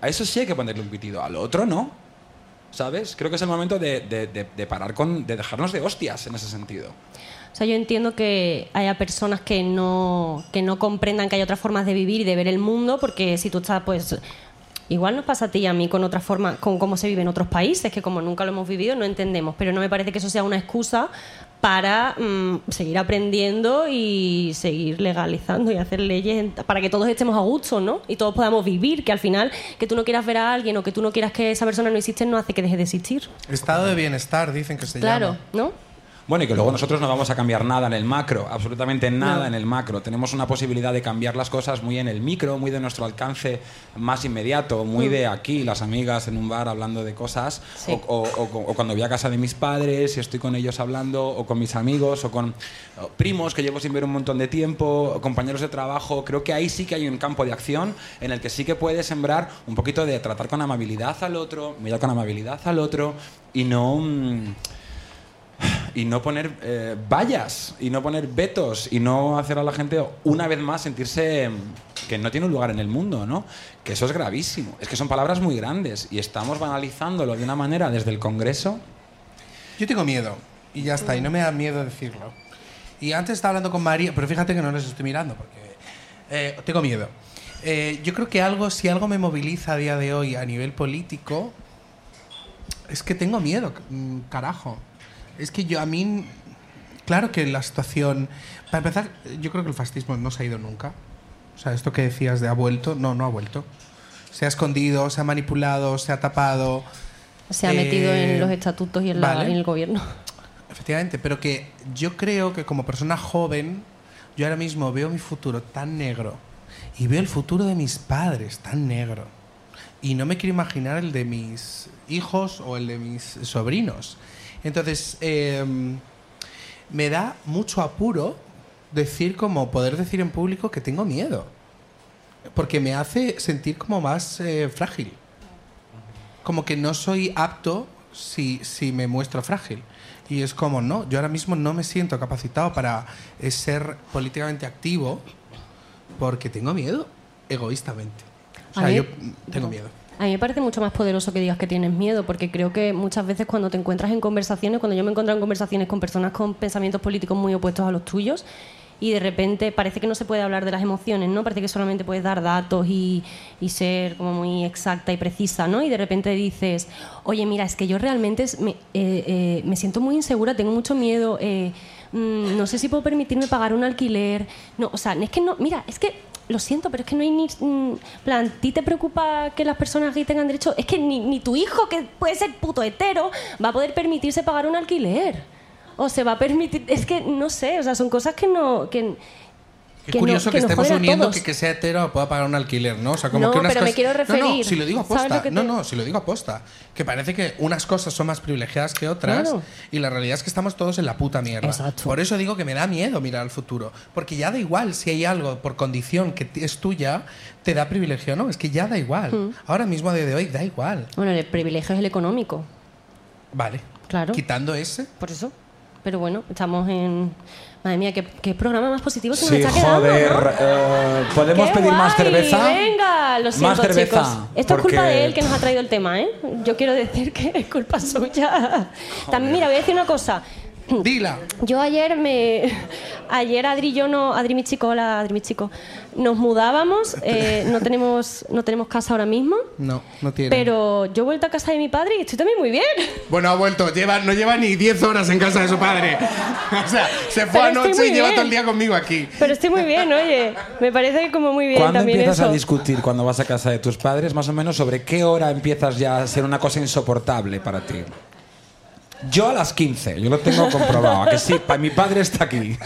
Speaker 5: A eso sí hay que ponerle un pitido. Al otro no. ¿Sabes? Creo que es el momento de, de- de- de parar con. de dejarnos de hostias en ese sentido.
Speaker 2: O sea, yo entiendo que haya personas que no, que no comprendan que hay otras formas de vivir y de ver el mundo, porque si tú estás, pues. Igual nos pasa a ti y a mí con otras formas, con cómo se vive en otros países, que como nunca lo hemos vivido, no entendemos. Pero no me parece que eso sea una excusa para mm, seguir aprendiendo y seguir legalizando y hacer leyes en- para que todos estemos a gusto, ¿no? Y todos podamos vivir, que al final, que tú no quieras ver a alguien o que tú no quieras que esa persona no existe, no hace que deje de existir.
Speaker 1: Estado de bienestar, dicen que se
Speaker 2: Claro,
Speaker 1: llama.
Speaker 2: ¿no?
Speaker 5: Bueno, y que luego nosotros no vamos a cambiar nada en el macro, absolutamente nada en el macro. Tenemos una posibilidad de cambiar las cosas muy en el micro, muy de nuestro alcance más inmediato, muy de aquí, las amigas en un bar hablando de cosas,
Speaker 2: Sí.
Speaker 5: o, o- o- o cuando voy a casa de mis padres y estoy con ellos hablando, o con mis amigos, o con o primos que llevo sin ver un montón de tiempo, o compañeros de trabajo. Creo que ahí sí que hay un campo de acción en el que sí que puedes sembrar un poquito de tratar con amabilidad al otro, mirar con amabilidad al otro y no... mm, y no poner eh, vallas y no poner vetos y no hacer a la gente una vez más sentirse mm, que no tiene un lugar en el mundo, ¿no? Que eso es gravísimo. Es que son palabras muy grandes y estamos banalizándolo de una manera desde el Congreso.
Speaker 1: Yo tengo miedo y ya está, y no me da miedo decirlo. Y antes estaba hablando con María, pero fíjate que no les estoy mirando porque eh, tengo miedo. Eh, yo creo que algo, si algo me moviliza a día de hoy a nivel político, es que tengo miedo, c- mm, carajo. Es que yo a mí, claro que la situación, para empezar, yo creo que el fascismo no se ha ido nunca. O sea, esto que decías de ha vuelto, no, no ha vuelto. Se ha escondido, se ha manipulado, se ha tapado.
Speaker 2: Se ha
Speaker 1: Eh,
Speaker 2: metido en los estatutos y en, la-
Speaker 1: vale.
Speaker 2: en el gobierno.
Speaker 1: Efectivamente, pero que yo creo que como persona joven, yo ahora mismo veo mi futuro tan negro y veo el futuro de mis padres tan negro. Y no me quiero imaginar el de mis hijos o el de mis sobrinos. Entonces, em, me da mucho apuro decir como poder decir en público que tengo miedo. Porque me hace sentir como más eh, frágil. Como que no soy apto si, si me muestro frágil. Y es como, no, yo ahora mismo no me siento capacitado para eh, ser políticamente activo porque tengo miedo, egoístamente. O
Speaker 2: A
Speaker 1: sea,
Speaker 2: mí-
Speaker 1: yo mm, tengo miedo.
Speaker 2: A mí me parece mucho más poderoso que digas que tienes miedo, porque creo que muchas veces cuando te encuentras en conversaciones, cuando yo me he encontrado en conversaciones con personas con pensamientos políticos muy opuestos a los tuyos, y de repente parece que no se puede hablar de las emociones, ¿no? Parece que solamente puedes dar datos y, y ser como muy exacta y precisa, ¿no? Y de repente dices, oye, mira, es que yo realmente es- me, eh, eh, me siento muy insegura, tengo mucho miedo, eh, mm, no sé si puedo permitirme pagar un alquiler, no, o sea, es que no, mira, es que lo siento, pero es que no hay ni... mm, plan, ¿ti te preocupa que las personas que tengan derecho? Es que ni, ni tu hijo, que puede ser puto hetero, va a poder permitirse pagar un alquiler. O se va a permitir... Es que, no sé, o sea, son cosas que no... Que,
Speaker 1: Qué
Speaker 2: que no-
Speaker 1: curioso que,
Speaker 2: nos
Speaker 1: estemos
Speaker 2: joden a
Speaker 1: uniendo
Speaker 2: todos.
Speaker 1: que, que sea hetero pueda pagar un alquiler, ¿no? O sea, como
Speaker 2: No,
Speaker 1: que unas
Speaker 2: pero me
Speaker 1: cosas-
Speaker 2: quiero
Speaker 1: No, no,
Speaker 2: referir.
Speaker 1: si lo digo
Speaker 2: ¿Sabes
Speaker 1: aposta.
Speaker 2: lo que te-
Speaker 1: No, no, si lo digo aposta. Que parece que unas cosas son más privilegiadas que otras
Speaker 2: Claro.
Speaker 1: y la realidad es que estamos todos en la puta mierda.
Speaker 2: Exacto.
Speaker 1: Por eso digo que me da miedo mirar al futuro. Porque ya da igual si hay algo por condición que t- es tuya, te da privilegio o no. Es que ya da igual.
Speaker 2: Hmm.
Speaker 1: Ahora mismo, a día de hoy, da igual.
Speaker 2: Bueno, el privilegio es el económico,
Speaker 1: Vale.
Speaker 2: Claro.
Speaker 1: Quitando ese.
Speaker 2: por eso. Pero bueno, estamos en... Madre mía, qué, qué programa más positivo Pues se nos
Speaker 5: Sí,
Speaker 2: está quedando,
Speaker 5: joder.
Speaker 2: ¿no?
Speaker 5: eh, ¿Podemos
Speaker 2: ¡Qué
Speaker 5: pedir más
Speaker 2: guay!
Speaker 5: cerveza?
Speaker 2: Venga, lo siento,
Speaker 5: Más cerveza.
Speaker 2: chicos. Esto es culpa
Speaker 5: porque-
Speaker 2: de él que nos ha traído el tema, ¿eh? Yo quiero decir que es culpa [LAUGHS] suya. También, mira, voy a decir una cosa.
Speaker 1: Dila.
Speaker 2: Yo ayer me. Ayer Adri y yo no. Adri mi chico, hola Adri mi chico. Nos mudábamos, eh, no, tenemos, no tenemos casa ahora mismo.
Speaker 1: No, no tiene.
Speaker 2: Pero yo he vuelto a casa de mi padre y estoy también muy bien.
Speaker 1: Bueno, ha vuelto. Lleva, no lleva ni 10 horas en casa de su padre. [LAUGHS] o sea, se fue
Speaker 2: Pero estoy
Speaker 1: anoche
Speaker 2: muy
Speaker 1: y lleva
Speaker 2: bien.
Speaker 1: todo el día conmigo aquí.
Speaker 2: Pero estoy muy bien, oye. Me parece como muy bien
Speaker 5: ¿Cuándo
Speaker 2: también
Speaker 5: empiezas
Speaker 2: eso.
Speaker 5: a discutir cuando vas a casa de tus padres? Más o menos sobre qué hora empiezas ya a ser una cosa insoportable para ti. Yo a las 15, yo lo tengo comprobado, ¿a que sí, Pa- mi padre está aquí.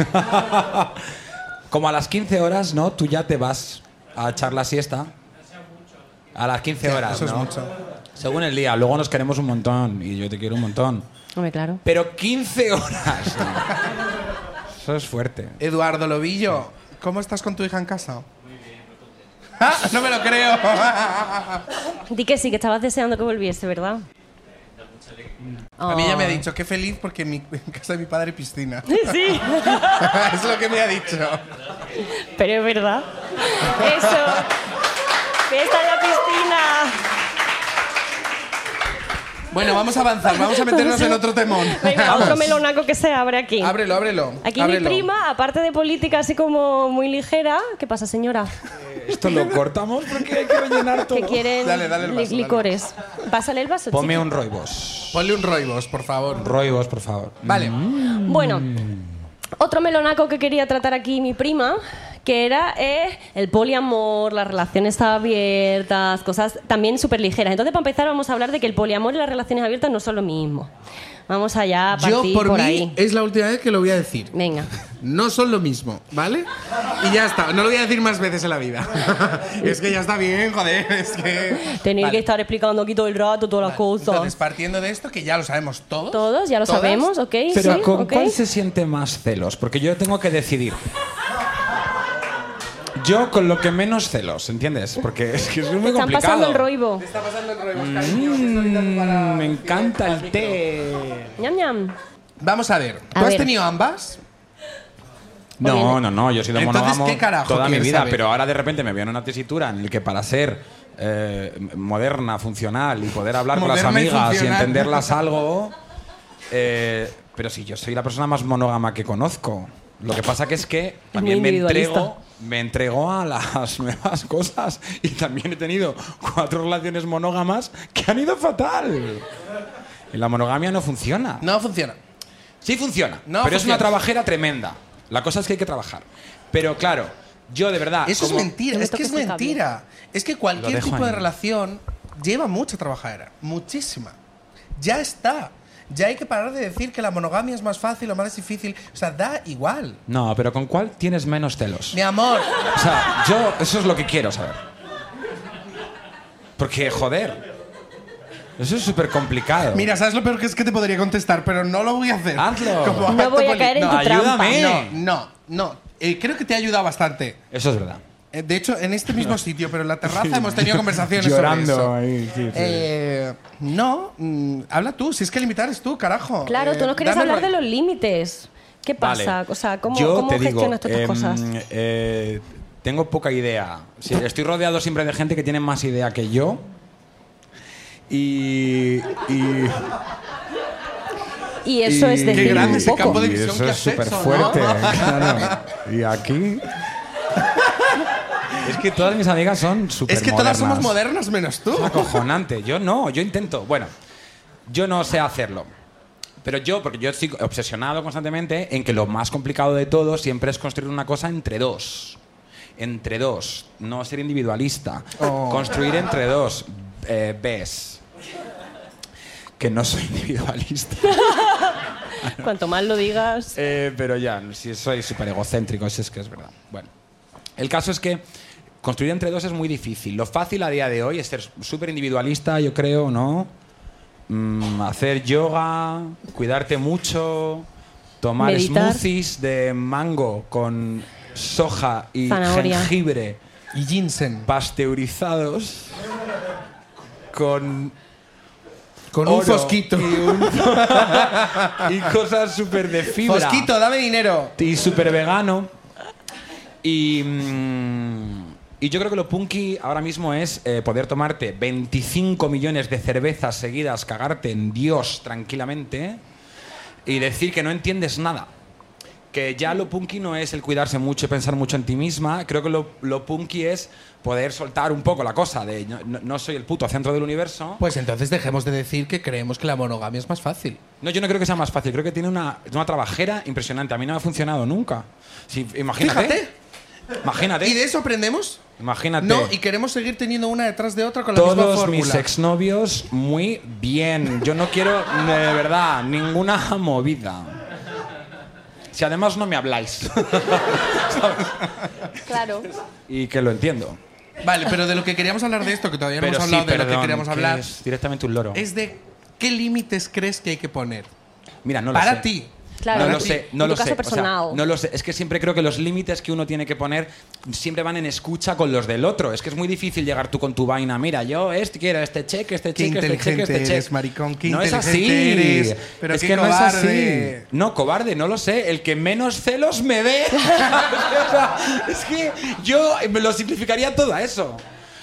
Speaker 5: [LAUGHS] Como a las 15 horas, ¿no? Tú ya te vas a echar la siesta. A las 15
Speaker 1: Sí,
Speaker 5: horas,
Speaker 1: eso es
Speaker 5: ¿no?
Speaker 1: mucho.
Speaker 5: Según el día, luego nos queremos un montón y yo te quiero un montón.
Speaker 2: Hombre, claro.
Speaker 5: Pero 15 horas. ¿no? Eso es fuerte.
Speaker 1: Eduardo Lobillo, ¿cómo estás con tu hija en casa? Muy bien, no me lo creo.
Speaker 2: Di que sí, que estabas deseando que volviese, ¿verdad? Ah.
Speaker 1: A mí ya me ha dicho, qué feliz porque en, mi- en casa de mi padre hay
Speaker 2: [LAUGHS]
Speaker 1: piscina.
Speaker 2: Sí.
Speaker 1: es lo que me ha dicho.
Speaker 2: Pero es verdad. Eso. Fiesta en la piscina.
Speaker 1: Bueno, vamos a avanzar, vamos a meternos en otro temón.
Speaker 2: Venga, otro melonaco que se abre aquí.
Speaker 1: ábrelo, ábrelo.
Speaker 2: Aquí mi
Speaker 1: ábrelo.
Speaker 2: prima, aparte de política así como muy ligera, ¿qué pasa señora?
Speaker 5: Esto lo cortamos porque hay que rellenar
Speaker 2: [LAUGHS]
Speaker 5: todo.
Speaker 2: Que quieren
Speaker 1: Dale, dale el
Speaker 2: li-
Speaker 1: vaso, dale.
Speaker 2: licores. Pásale el vaso.
Speaker 5: Ponme
Speaker 2: chiqui.
Speaker 5: un roibos.
Speaker 1: Ponle un roibos, por favor.
Speaker 5: Roibos, por favor.
Speaker 2: Mm.
Speaker 1: Vale.
Speaker 2: Bueno, otro melonaco que quería tratar aquí mi prima, que era eh, el poliamor, las relaciones abiertas, cosas también súper ligeras. Entonces, para empezar, vamos a hablar de que el poliamor y las relaciones abiertas no son lo mismo. Vamos allá, a
Speaker 1: Yo,
Speaker 2: partir
Speaker 1: por, mí,
Speaker 2: ahí.
Speaker 1: es la última vez que lo voy a decir.
Speaker 2: Venga.
Speaker 1: No son lo mismo, ¿vale? Y ya está, no lo voy a decir más veces en la
Speaker 2: [LAUGHS]
Speaker 1: vida. es que ya está bien, joder, es que...
Speaker 2: Tener
Speaker 1: Vale.
Speaker 2: que estar explicando aquí todo el rato todas las cosas.
Speaker 1: Entonces, partiendo de esto, que ya lo sabemos todos.
Speaker 2: Todos, ya lo
Speaker 1: todas,
Speaker 2: sabemos, ¿ok?
Speaker 5: Pero
Speaker 2: sí,
Speaker 5: ¿con
Speaker 2: ok.
Speaker 5: cuál se siente más celos? Porque yo tengo que decidir. Yo con lo que menos celos, ¿entiendes? Porque es que es muy
Speaker 2: Te Están
Speaker 5: complicado.
Speaker 2: pasando el roibo.
Speaker 1: está pasando el
Speaker 5: Mm, me encanta el té.
Speaker 2: Ñam, ñam.
Speaker 1: Vamos a ver, ¿tú
Speaker 2: A
Speaker 1: has
Speaker 2: ver.
Speaker 1: tenido ambas?
Speaker 5: No, no, no, yo he sido
Speaker 1: Entonces,
Speaker 5: monógamo
Speaker 1: ¿qué carajo
Speaker 5: toda mi
Speaker 1: quieres
Speaker 5: vida,
Speaker 1: saber?
Speaker 5: pero ahora de repente me veo en una tesitura en la que para ser eh, moderna, funcional y poder hablar con
Speaker 1: Moderna y
Speaker 5: las amigas y,
Speaker 1: funcional.
Speaker 5: entenderlas algo... eh, pero si yo soy la persona más monógama que conozco. Lo que pasa que es que también me
Speaker 2: individualista.
Speaker 5: entrego, me entrego a las [LAUGHS] nuevas cosas y también he tenido cuatro relaciones monógamas que han ido fatal. Y la monogamia no funciona.
Speaker 1: No funciona.
Speaker 5: Sí funciona,
Speaker 1: No
Speaker 5: pero es
Speaker 1: funciona.
Speaker 5: una trabajera tremenda. La cosa es que hay que trabajar. Pero claro, yo de
Speaker 2: Ah,
Speaker 5: verdad...
Speaker 1: Eso es
Speaker 5: como-
Speaker 1: mentira,
Speaker 2: No me
Speaker 1: es que
Speaker 2: toques
Speaker 1: es
Speaker 2: el cable.
Speaker 1: mentira. Es que cualquier
Speaker 5: dejo
Speaker 1: tipo de
Speaker 5: ahí.
Speaker 1: relación lleva mucha trabajadera, muchísima. Ya está. Ya hay que parar de decir que la monogamia es más fácil o más difícil. O sea, da igual.
Speaker 5: No, pero ¿con cuál tienes menos celos?
Speaker 1: Mi amor,
Speaker 5: O sea, yo eso es lo que quiero saber. Porque, joder, eso es súper complicado.
Speaker 1: mira, ¿sabes lo peor que es que te podría contestar? Pero no lo voy a hacer. [LAUGHS]
Speaker 5: Hazlo. No
Speaker 1: acto
Speaker 2: voy a
Speaker 1: poli-
Speaker 2: caer en
Speaker 1: no,
Speaker 2: tu
Speaker 5: ayúdame.
Speaker 1: No, no, no. Eh, creo que te ha ayudado bastante.
Speaker 5: Eso es verdad.
Speaker 1: Eh, De hecho, en este mismo sitio, pero en la terraza hemos tenido conversaciones
Speaker 5: Llorando
Speaker 1: sobre eso.
Speaker 5: ahí, sí, sí.
Speaker 1: Eh, no, mm, habla tú. Si es que limitar es tú, carajo.
Speaker 2: Claro,
Speaker 1: Eh,
Speaker 2: tú nos querías
Speaker 1: dame
Speaker 2: hablar
Speaker 1: ra-
Speaker 2: de los límites. ¿Qué pasa?
Speaker 5: Vale.
Speaker 2: O sea, ¿cómo,
Speaker 5: Yo
Speaker 2: cómo
Speaker 5: te
Speaker 2: gestionas
Speaker 5: digo,
Speaker 2: tú estas
Speaker 5: em,
Speaker 2: cosas?
Speaker 5: eh, tengo poca idea. Sí, estoy rodeado siempre de gente que tiene más idea que yo. Y. y-
Speaker 2: Y eso
Speaker 5: y-
Speaker 2: es decir
Speaker 1: Qué grande
Speaker 2: un
Speaker 1: ese
Speaker 2: poco.
Speaker 1: campo de
Speaker 5: Y
Speaker 1: visión
Speaker 5: eso
Speaker 1: que
Speaker 5: es
Speaker 1: has hecho,
Speaker 5: súper
Speaker 1: ¿no?
Speaker 5: fuerte. claro. Y aquí. Es que todas mis amigas son súper.
Speaker 1: Es que todas somos modernas menos tú.
Speaker 5: Es acojonante. Yo no, yo intento. Bueno, yo no sé hacerlo. Pero yo, porque yo estoy obsesionado constantemente en que lo más complicado de todo siempre es construir una cosa entre dos. Entre dos. No ser individualista.
Speaker 2: Oh.
Speaker 5: Construir entre dos. Eh, ves. Que no soy [LAUGHS] individualista.
Speaker 2: Cuanto más lo digas.
Speaker 5: Eh, pero ya, si soy súper egocéntrico, si es que es verdad. Bueno, el caso es que construir entre dos es muy difícil. Lo fácil a día de hoy es ser súper individualista, yo creo, ¿no? Mm, hacer yoga, cuidarte mucho, tomar
Speaker 2: Meditar.
Speaker 5: smoothies de mango con soja y
Speaker 2: Zanahoria.
Speaker 5: jengibre
Speaker 1: Y ginseng.
Speaker 5: pasteurizados con
Speaker 1: Con un
Speaker 5: oro
Speaker 1: fosquito.
Speaker 5: y, un- [LAUGHS] y cosas súper de fibra
Speaker 1: Fosquito, dame dinero.
Speaker 5: y súper vegano. Y, mm, y yo creo que lo punky ahora mismo es eh, poder tomarte 25 millones de cervezas seguidas, cagarte en Dios tranquilamente y decir que no entiendes nada. Que ya lo punky no es el cuidarse mucho y pensar mucho en ti misma. Creo que lo, lo punky es poder soltar un poco la cosa de no, no- no soy el puto centro del universo.
Speaker 1: Pues entonces dejemos de decir que creemos que la monogamia es más fácil.
Speaker 5: No, yo no creo que sea más fácil. Creo que tiene una, una trabajera impresionante. A mí no me ha funcionado nunca. Si, imagínate.
Speaker 1: Fíjate.
Speaker 5: Imagínate.
Speaker 1: ¿Y de eso aprendemos?
Speaker 5: Imagínate.
Speaker 1: No, y queremos seguir teniendo una detrás de otra con la misma
Speaker 5: todos
Speaker 1: fórmula.
Speaker 5: mis exnovios muy bien. Yo no quiero, eh, de verdad, ninguna movida. Si además no me habláis. [LAUGHS]
Speaker 2: Claro.
Speaker 5: y que lo entiendo.
Speaker 1: Vale, pero de lo que queríamos hablar de esto, que todavía no
Speaker 5: Pero
Speaker 1: hemos
Speaker 5: sí,
Speaker 1: hablado de lo que
Speaker 5: perdón,
Speaker 1: queríamos
Speaker 5: que
Speaker 1: hablar,
Speaker 5: es directamente un loro.
Speaker 1: es de qué límites crees que hay que poner.
Speaker 5: Mira, no lo
Speaker 1: para
Speaker 5: sé.
Speaker 1: ti.
Speaker 2: Claro.
Speaker 5: no
Speaker 1: Para
Speaker 5: lo
Speaker 1: ti.
Speaker 5: sé, no
Speaker 2: En tu caso
Speaker 5: lo sé. O sea,
Speaker 2: personal.
Speaker 5: no lo sé. Es que siempre creo que los límites que uno tiene que poner siempre van en escucha con los del otro. Es que es muy difícil llegar tú con tu vaina. Mira, yo este quiero este cheque, este
Speaker 1: Qué
Speaker 5: cheque, este cheque,
Speaker 1: inteligente
Speaker 5: este cheque.
Speaker 1: eres, maricón, qué
Speaker 5: no es así.
Speaker 1: inteligente eres, pero
Speaker 5: es
Speaker 1: qué
Speaker 5: que no es
Speaker 1: cobarde.
Speaker 5: así. No, cobarde, no lo sé. El que menos celos
Speaker 2: [LAUGHS]
Speaker 5: me dé. O sea, es que yo me lo simplificaría todo a eso.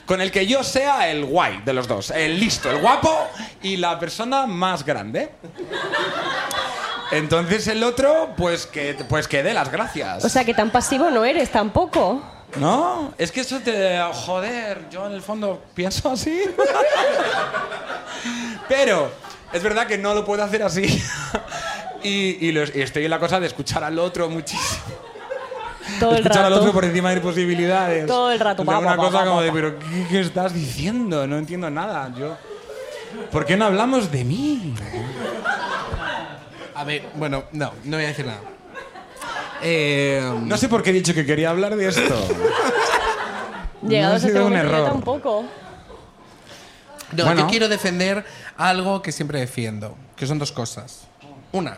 Speaker 5: Con el que yo sea el guay de los dos, el listo, el guapo y la persona más grande. Entonces el otro, pues que, pues que dé las gracias.
Speaker 2: O sea, que tan pasivo no eres tampoco.
Speaker 5: no, es que eso te... Joder, yo en el fondo pienso así. Pero es verdad que no lo puedo hacer así. y, y lo- y estoy en la cosa de escuchar al otro muchísimo.
Speaker 2: Todo el
Speaker 5: escuchar al
Speaker 2: rato.
Speaker 5: otro por encima de posibilidades.
Speaker 2: Todo el rato,
Speaker 5: O sea,
Speaker 2: pa, pa, pa,
Speaker 5: una cosa
Speaker 2: pa,
Speaker 5: como
Speaker 2: pa,
Speaker 5: de,
Speaker 2: pa.
Speaker 5: pero ¿qué, qué estás diciendo? No entiendo nada. Yo, ¿Por qué no hablamos de mí?
Speaker 1: A ver, bueno, no, no voy a decir nada. Eh,
Speaker 5: No sé por qué he dicho que quería hablar de esto.
Speaker 2: Llegados
Speaker 5: No ha
Speaker 2: a este
Speaker 5: sido un
Speaker 2: momento, yo
Speaker 5: error.
Speaker 2: tampoco.
Speaker 1: no,
Speaker 5: Bueno.
Speaker 1: yo quiero defender algo que siempre defiendo, que son dos cosas. Una,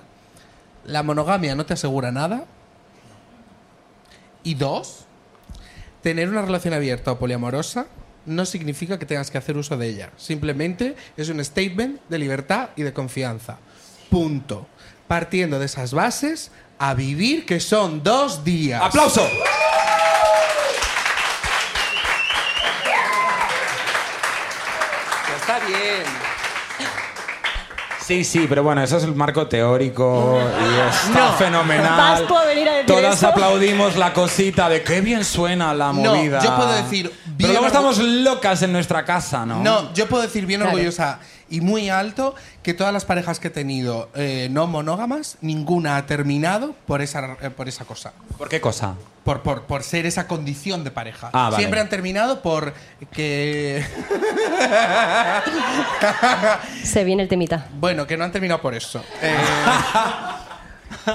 Speaker 1: la monogamia no te asegura nada. Y dos, tener una relación abierta o poliamorosa no significa que tengas que hacer uso de ella. Simplemente es un statement de libertad y de confianza. Punto. Partiendo de esas bases, a vivir que son dos días.
Speaker 5: ¡Aplauso!
Speaker 1: Está bien.
Speaker 5: Sí, sí, pero bueno, eso es el marco teórico y está
Speaker 1: No.
Speaker 5: fenomenal.
Speaker 2: Vas tú a venir a decir
Speaker 5: Todas
Speaker 2: eso.
Speaker 5: aplaudimos la cosita de qué bien suena la
Speaker 1: No,
Speaker 5: movida.
Speaker 1: yo puedo decir,
Speaker 5: Pero
Speaker 1: bien
Speaker 5: luego
Speaker 1: orgu-
Speaker 5: estamos locas en nuestra casa, ¿no?
Speaker 1: No, yo puedo decir bien
Speaker 2: Claro.
Speaker 1: orgullosa y muy alto que todas las parejas que he tenido eh, no monógamas, ninguna ha terminado por esa, eh, por esa cosa.
Speaker 5: ¿Por qué cosa?
Speaker 1: Por, por, por ser esa condición de pareja.
Speaker 5: Ah, vale.
Speaker 1: Siempre han terminado por que.
Speaker 2: Se viene el temita.
Speaker 1: Bueno, que no han terminado por eso.
Speaker 5: [LAUGHS]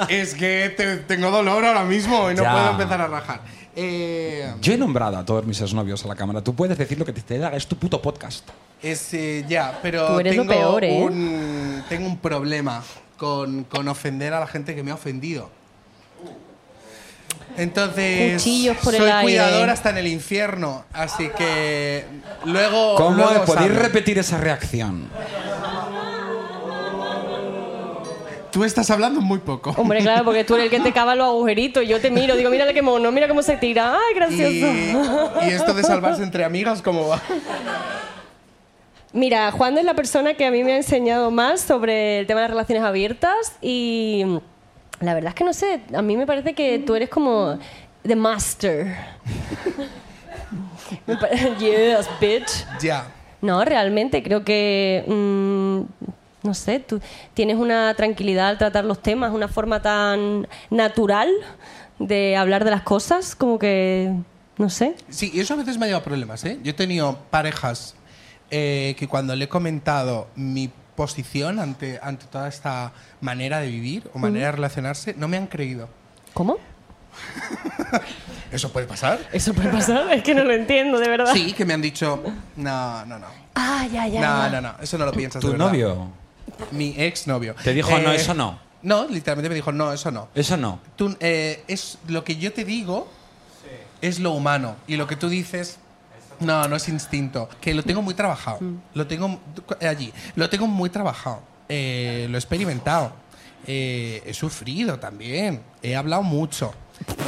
Speaker 1: Eh, es que te- tengo dolor ahora mismo y no
Speaker 5: Ya.
Speaker 1: puedo empezar a rajar. Eh,
Speaker 5: Yo he nombrado a todos mis exnovios a la cámara. Tú puedes decir lo que te, te haga, es tu puto podcast.
Speaker 1: Es, eh, ya, pero
Speaker 2: Tú eres lo
Speaker 1: tengo,
Speaker 2: peor, ¿eh?
Speaker 1: un, tengo un problema con, con ofender a la gente que me ha ofendido. Entonces,
Speaker 2: Cuchillos por el
Speaker 1: soy
Speaker 2: aire. ¿eh?
Speaker 1: cuidador hasta en el infierno, así que luego...
Speaker 5: ¿Cómo
Speaker 1: Oh, luego
Speaker 5: podéis
Speaker 1: sabe.
Speaker 5: repetir esa reacción?
Speaker 1: Tú estás hablando muy poco.
Speaker 2: Hombre, claro, porque tú eres el que te cava los agujeritos. y Yo te miro, digo, mira qué mono, mira cómo se tira. ¡Ay,
Speaker 1: Y,
Speaker 2: gracioso!
Speaker 1: y esto de salvarse entre amigas, ¿cómo
Speaker 2: [LAUGHS]
Speaker 1: va?
Speaker 2: Mira, Juan es la persona que a mí me ha enseñado más sobre el tema de relaciones abiertas y la verdad es que no sé, a mí me parece que tú eres como the master. [LAUGHS] Me pa- [LAUGHS] yes, bitch.
Speaker 1: Ya.
Speaker 2: No, realmente creo que mm, no sé, tú tienes una tranquilidad al tratar los temas, una forma tan natural de hablar de las cosas, como que no sé.
Speaker 1: Sí, y eso a veces me ha llevado a problemas, ¿eh? Yo he tenido parejas eh, que cuando le he comentado mi posición ante, ante toda esta manera de vivir o manera de relacionarse, no me han creído.
Speaker 2: ¿Cómo?
Speaker 1: ¿Eso puede pasar?
Speaker 2: Eso puede pasar, es que no lo entiendo, de verdad.
Speaker 1: Sí, que me han dicho, no, no, no.
Speaker 2: Ah, ya, ya.
Speaker 1: No, no, no, eso no lo piensas. de
Speaker 5: ¿Tu
Speaker 1: verdad".
Speaker 5: novio?
Speaker 1: Mi exnovio.
Speaker 5: Te dijo, "No, eso no".
Speaker 1: No, literalmente me dijo, no, eso no.
Speaker 5: Eso no.
Speaker 1: Tú, eh, es lo que yo te digo es lo humano y lo que tú dices no no es instinto que lo tengo muy trabajado
Speaker 2: Mm.
Speaker 1: lo tengo mu- eh, allí lo tengo muy trabajado Eh, lo he experimentado Eh, he sufrido también he hablado mucho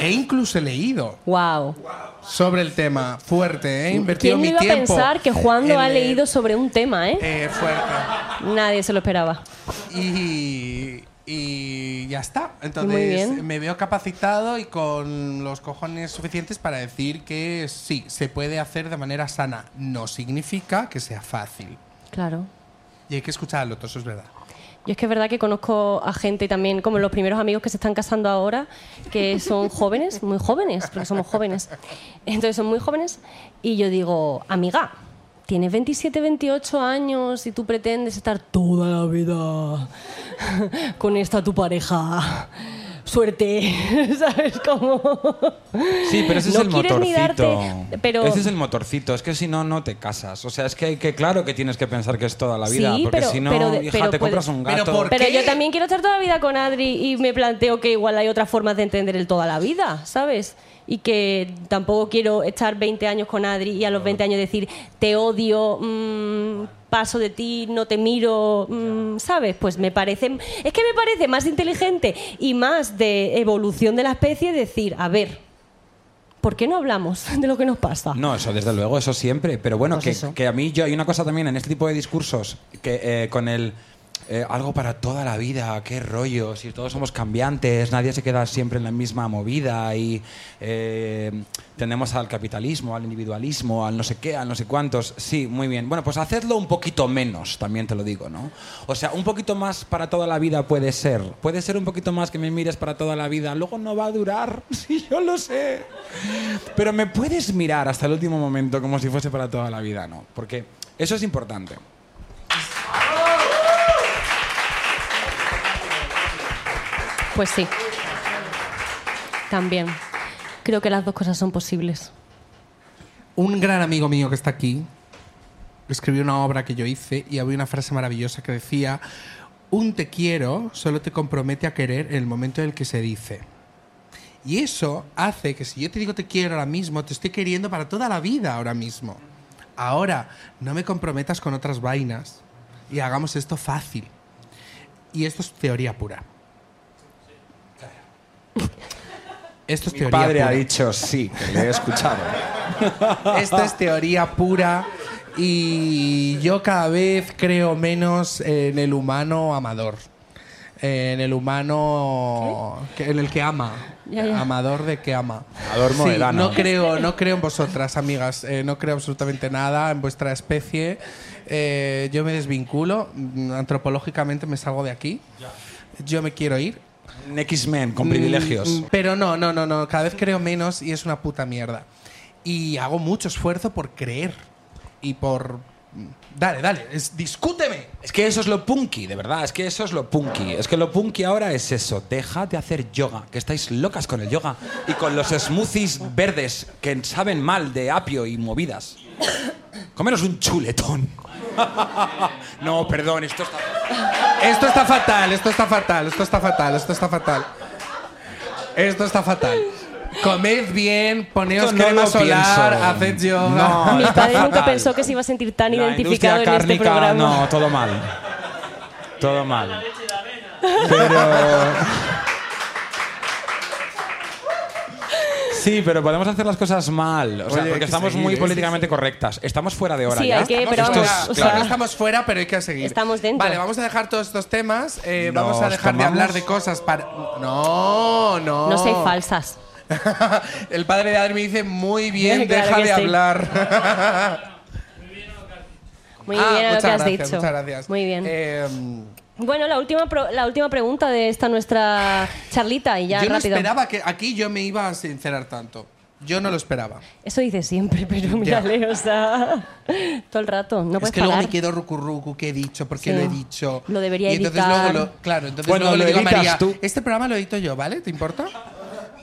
Speaker 1: he incluso leído
Speaker 2: Wow. sobre
Speaker 1: sobre el tema fuerte ¿eh? he invertido
Speaker 2: ¿Quién
Speaker 1: mi
Speaker 2: iba a
Speaker 1: tiempo
Speaker 2: pensar que Juan
Speaker 1: en
Speaker 2: lo ha
Speaker 1: leer,
Speaker 2: leído sobre un tema, eh?
Speaker 1: eh, fuerte
Speaker 2: Nadie se lo esperaba.
Speaker 1: y, y ya está.
Speaker 2: Muy
Speaker 1: Entonces
Speaker 2: bien.
Speaker 1: me veo capacitado y con los cojones suficientes para decir que sí, se puede hacer de manera sana. No significa que sea fácil.
Speaker 2: Claro.
Speaker 1: Y hay que escuchar al otro, eso es verdad.
Speaker 2: Yo es que es verdad que conozco a gente también, como los primeros amigos que se están casando ahora, que son jóvenes, muy jóvenes, porque somos jóvenes. Entonces son muy jóvenes y yo digo, amiga, tienes 27, 28 años y tú pretendes estar toda la vida con esta tu pareja. Suerte, [LAUGHS] ¿sabes cómo?
Speaker 5: Sí, pero ese
Speaker 2: No
Speaker 5: es el
Speaker 2: quieres
Speaker 5: motorcito.
Speaker 2: ni darte, pero-
Speaker 5: Ese es el motorcito. Es que si no, no te casas. O sea, es que hay que, claro que tienes que pensar que es toda la vida.
Speaker 2: Sí,
Speaker 5: porque
Speaker 2: pero-
Speaker 5: si no,
Speaker 2: pero de-
Speaker 5: hija,
Speaker 2: pero
Speaker 5: te compras
Speaker 2: puede-
Speaker 5: un
Speaker 1: Pero
Speaker 5: gato.
Speaker 1: por-
Speaker 2: Pero
Speaker 1: qué?
Speaker 2: yo también quiero estar toda la vida con Adri y me planteo que igual hay otras formas de entender el toda la vida, ¿sabes? Y que tampoco quiero estar 20 años con Adri y a los 20 años decir, te odio, mm, paso de ti, no te miro, mm, ¿sabes? Pues me parece, es que me parece más inteligente y más de evolución de la especie decir, a ver, ¿por qué no hablamos de lo que nos pasa?
Speaker 5: No, eso desde luego, eso siempre. Pero bueno,
Speaker 2: Pues
Speaker 5: que,
Speaker 2: eso.
Speaker 5: que a mí yo hay una cosa también en este tipo de discursos que eh, con el eh, algo para toda la vida, qué rollo, si todos somos cambiantes, nadie se queda siempre en la misma movida y eh, tendemos al capitalismo, al individualismo, al no sé qué, al no sé cuántos. Sí, muy bien. Bueno, pues hacedlo un poquito menos, también te lo digo, ¿no? O sea, un poquito más para toda la vida puede ser. Puede ser un poquito más que me mires para toda la vida. Luego no va a durar, [LAUGHS] sí, yo lo sé. Pero me puedes mirar hasta el último momento como si fuese para toda la vida, ¿no? Porque eso es importante.
Speaker 2: Pues sí. También. Creo que las dos cosas son posibles.
Speaker 1: Un gran amigo mío que está aquí escribió una obra que yo hice y había una frase maravillosa que decía, un te quiero solo te compromete a querer en el momento en el que se dice. Y eso hace que si yo te digo te quiero ahora mismo, te estoy queriendo para toda la vida ahora mismo. Ahora, no me comprometas con otras vainas y hagamos esto fácil. Y esto es teoría pura. Esto es
Speaker 5: Mi
Speaker 1: teoría
Speaker 5: padre
Speaker 1: pura.
Speaker 5: ha dicho sí, que le
Speaker 1: [LAUGHS]
Speaker 5: he escuchado.
Speaker 1: Esto es teoría pura y yo cada vez creo menos en el humano amador. En el humano que- en el que ama.
Speaker 2: Ya, ya.
Speaker 1: Amador de que ama.
Speaker 5: Amador
Speaker 1: Sí,
Speaker 5: Moedano.
Speaker 1: no creo, no creo en vosotras, amigas. Eh, no creo absolutamente nada en vuestra especie. Eh, yo me desvinculo. Mm, Antropológicamente me salgo de aquí. Yo me quiero ir.
Speaker 5: Un X-Men con
Speaker 1: Mm,
Speaker 5: privilegios.
Speaker 1: mm, Pero no, no, no, no. Cada vez creo menos y es una puta mierda. Y hago mucho esfuerzo por creer y por. mm, Dale, dale, es- discúteme.
Speaker 5: Es que eso es lo punky, de verdad. Es que eso es lo punky. Es que lo punky ahora es eso. Dejad de hacer yoga, que estáis locas con el yoga y con los smoothies verdes que saben mal de apio y movidas. [COUGHS] Comeros un chuletón. [LAUGHS] No, perdón, esto está.
Speaker 1: Esto está fatal, esto está fatal, esto está fatal, esto está fatal. Esto está fatal. Comed bien, poneos
Speaker 5: Esto no
Speaker 1: crema
Speaker 5: lo
Speaker 1: solar,
Speaker 5: pienso.
Speaker 1: haced yoga.
Speaker 5: No,
Speaker 2: Mi
Speaker 5: está
Speaker 2: padre nunca
Speaker 5: fatal.
Speaker 2: pensó que se iba a sentir tan
Speaker 5: La
Speaker 2: identificado en
Speaker 5: industria
Speaker 2: este
Speaker 5: cárnica,
Speaker 2: programa.
Speaker 5: No, todo mal. Todo mal. Pero.
Speaker 2: [LAUGHS]
Speaker 5: Sí, pero podemos hacer las cosas mal. O
Speaker 1: Oye,
Speaker 5: sea,
Speaker 1: hay que
Speaker 5: porque estamos
Speaker 1: seguir,
Speaker 5: muy
Speaker 1: ¿eh?
Speaker 5: políticamente correctas. Estamos fuera de hora.
Speaker 2: Sí,
Speaker 5: ya.
Speaker 2: hay que-
Speaker 5: Estamos-
Speaker 2: pero
Speaker 1: Estamos
Speaker 2: vamos,
Speaker 1: fuera,
Speaker 2: o
Speaker 1: claro,
Speaker 2: sea,
Speaker 1: estamos fuera, pero hay que seguir.
Speaker 2: estamos dentro.
Speaker 1: Vale, vamos a dejar todos estos temas. eh,
Speaker 5: Nos
Speaker 1: vamos a dejar de
Speaker 5: tomamos-
Speaker 1: hablar de cosas para. No, no.
Speaker 2: No seáis falsas.
Speaker 1: [LAUGHS] El padre de Adri me dice muy bien,
Speaker 2: [LAUGHS] Claro
Speaker 1: deja
Speaker 2: que
Speaker 1: de
Speaker 2: sí.
Speaker 1: hablar.
Speaker 2: Muy
Speaker 1: Ah,
Speaker 2: bien lo
Speaker 1: muchas
Speaker 2: que has
Speaker 1: gracias,
Speaker 2: dicho.
Speaker 1: Muchas gracias.
Speaker 2: Muy bien.
Speaker 1: Eh,
Speaker 2: bueno, la última, pro- la última pregunta de esta nuestra charlita y ya
Speaker 1: yo no
Speaker 2: rápido.
Speaker 1: esperaba que aquí yo me iba a sincerar tanto. Yo no lo esperaba.
Speaker 2: Eso dice siempre, [LAUGHS] pero
Speaker 1: Ya.
Speaker 2: mírale, o sea, [LAUGHS] todo el rato. No
Speaker 1: es
Speaker 2: puedes
Speaker 1: que
Speaker 2: parar.
Speaker 1: luego me quedo rucurrucu, que he dicho, porque
Speaker 2: Sí.
Speaker 1: lo he dicho.
Speaker 2: Lo debería
Speaker 1: y entonces
Speaker 2: editar.
Speaker 1: Luego lo, claro, entonces
Speaker 5: Bueno,
Speaker 1: luego
Speaker 5: lo
Speaker 1: le digo a
Speaker 5: editas
Speaker 1: María,
Speaker 5: tú.
Speaker 1: este programa lo edito yo, ¿vale? ¿Te importa?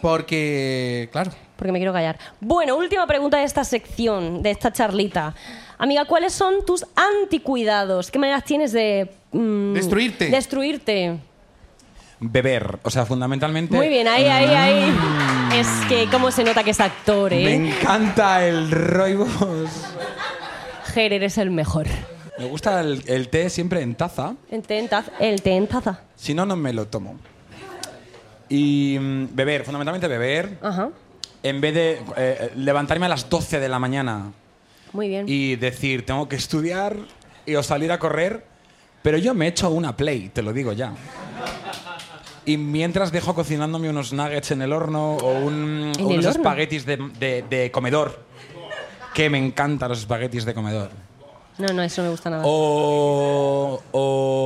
Speaker 1: Porque, claro.
Speaker 2: Porque me quiero callar. Bueno, última pregunta de esta sección, de esta charlita. Amiga, ¿cuáles son tus anticuidados? ¿Qué maneras tienes de... mm,
Speaker 1: Destruirte.
Speaker 2: Destruirte.
Speaker 5: Beber. O sea, fundamentalmente.
Speaker 2: Muy bien, ahí, ahí, ahí.
Speaker 5: Ah.
Speaker 2: Es que cómo se nota que es actor,
Speaker 5: Me
Speaker 2: ¿eh?
Speaker 5: encanta el roibos.
Speaker 2: Ger, eres el mejor.
Speaker 5: Me gusta el, el té siempre en taza.
Speaker 2: El té en taza. El té en taza.
Speaker 5: Si no, no me lo tomo. Y mm, beber, fundamentalmente beber.
Speaker 2: Ajá.
Speaker 5: En vez de eh, levantarme a las 12 de la mañana
Speaker 2: Muy bien.
Speaker 5: y decir, tengo que estudiar y o salir a correr, pero yo me echo una play, te lo digo ya. Y mientras dejo cocinándome unos nuggets en el horno o, un-
Speaker 2: ¿En
Speaker 5: o
Speaker 2: el
Speaker 5: unos
Speaker 2: horno?
Speaker 5: espaguetis de, de- de comedor, que me encantan los espaguetis de comedor.
Speaker 2: No, no, eso no me gusta nada.
Speaker 5: Oh. O,